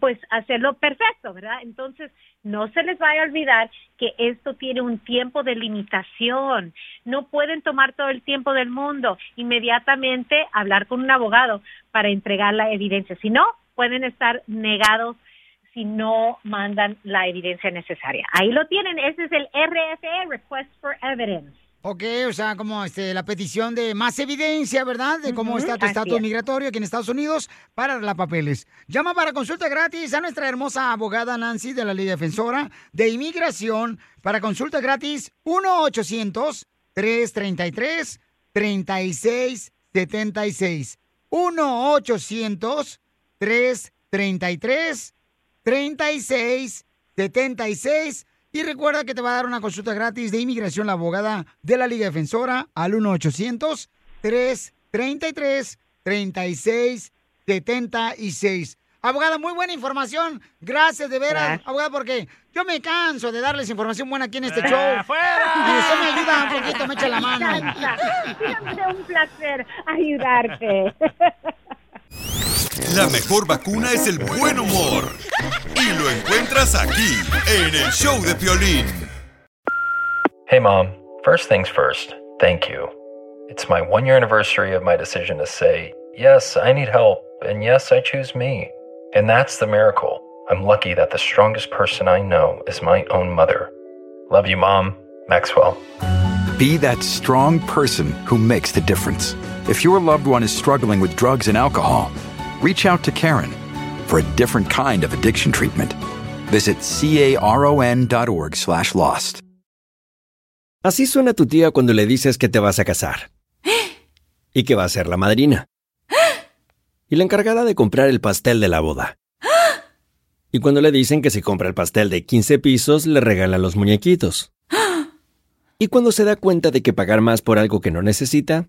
S6: pues hacerlo perfecto, ¿verdad? Entonces, no se les vaya a olvidar que esto tiene un tiempo de limitación. No pueden tomar todo el tiempo del mundo, inmediatamente hablar con un abogado para entregar la evidencia. Si no, pueden estar negados si no mandan la evidencia necesaria. Ahí lo tienen, ese es el RFE,
S12: pues.
S6: Request for Evidence.
S4: Ok, o sea, como este, la petición de más evidencia, ¿verdad? De cómo
S6: Ujú,
S4: está tu
S6: así
S4: estatus
S6: es.
S4: migratorio aquí en Estados Unidos para la papeles. Llama para consulta gratis a nuestra hermosa abogada Nancy de la Ley Defensora de Inmigración para consulta gratis 1-800-333-3676. 1-800-333-3676. 36 76 y recuerda que te va a dar una consulta gratis de inmigración la abogada de la Liga Defensora al 1 800 333 36 76. Abogada, muy buena información. Gracias de veras,
S12: Gracias.
S4: abogada, porque yo me canso de darles información buena aquí en este
S12: ¡Eh,
S4: show.
S12: fuera!
S4: Y usted me ayuda un poquito, me echa la mano.
S6: Siempre un placer ayudarte.
S1: La mejor vacuna es el buen humor. Y lo encuentras aquí, en el show de Piolín.
S3: Hey, Mom. First things first, thank you. It's my one year anniversary of my decision to say, yes, I need help, and yes, I choose me. And that's the miracle. I'm lucky that the strongest person I know is my own mother. Love you, Mom. Maxwell.
S28: Be that strong person who makes the difference. If your loved one is struggling with drugs and alcohol, reach out to Karen for a different kind of addiction treatment. Visit caron.org slash lost.
S29: Así suena tu tía cuando le dices que te vas a casar. Y que va a ser la madrina. Y la encargada de comprar el pastel de la boda. Y cuando le dicen que si compra el pastel de 15 pisos, le regalan los muñequitos. Y cuando se da cuenta de que pagar más por algo que no necesita,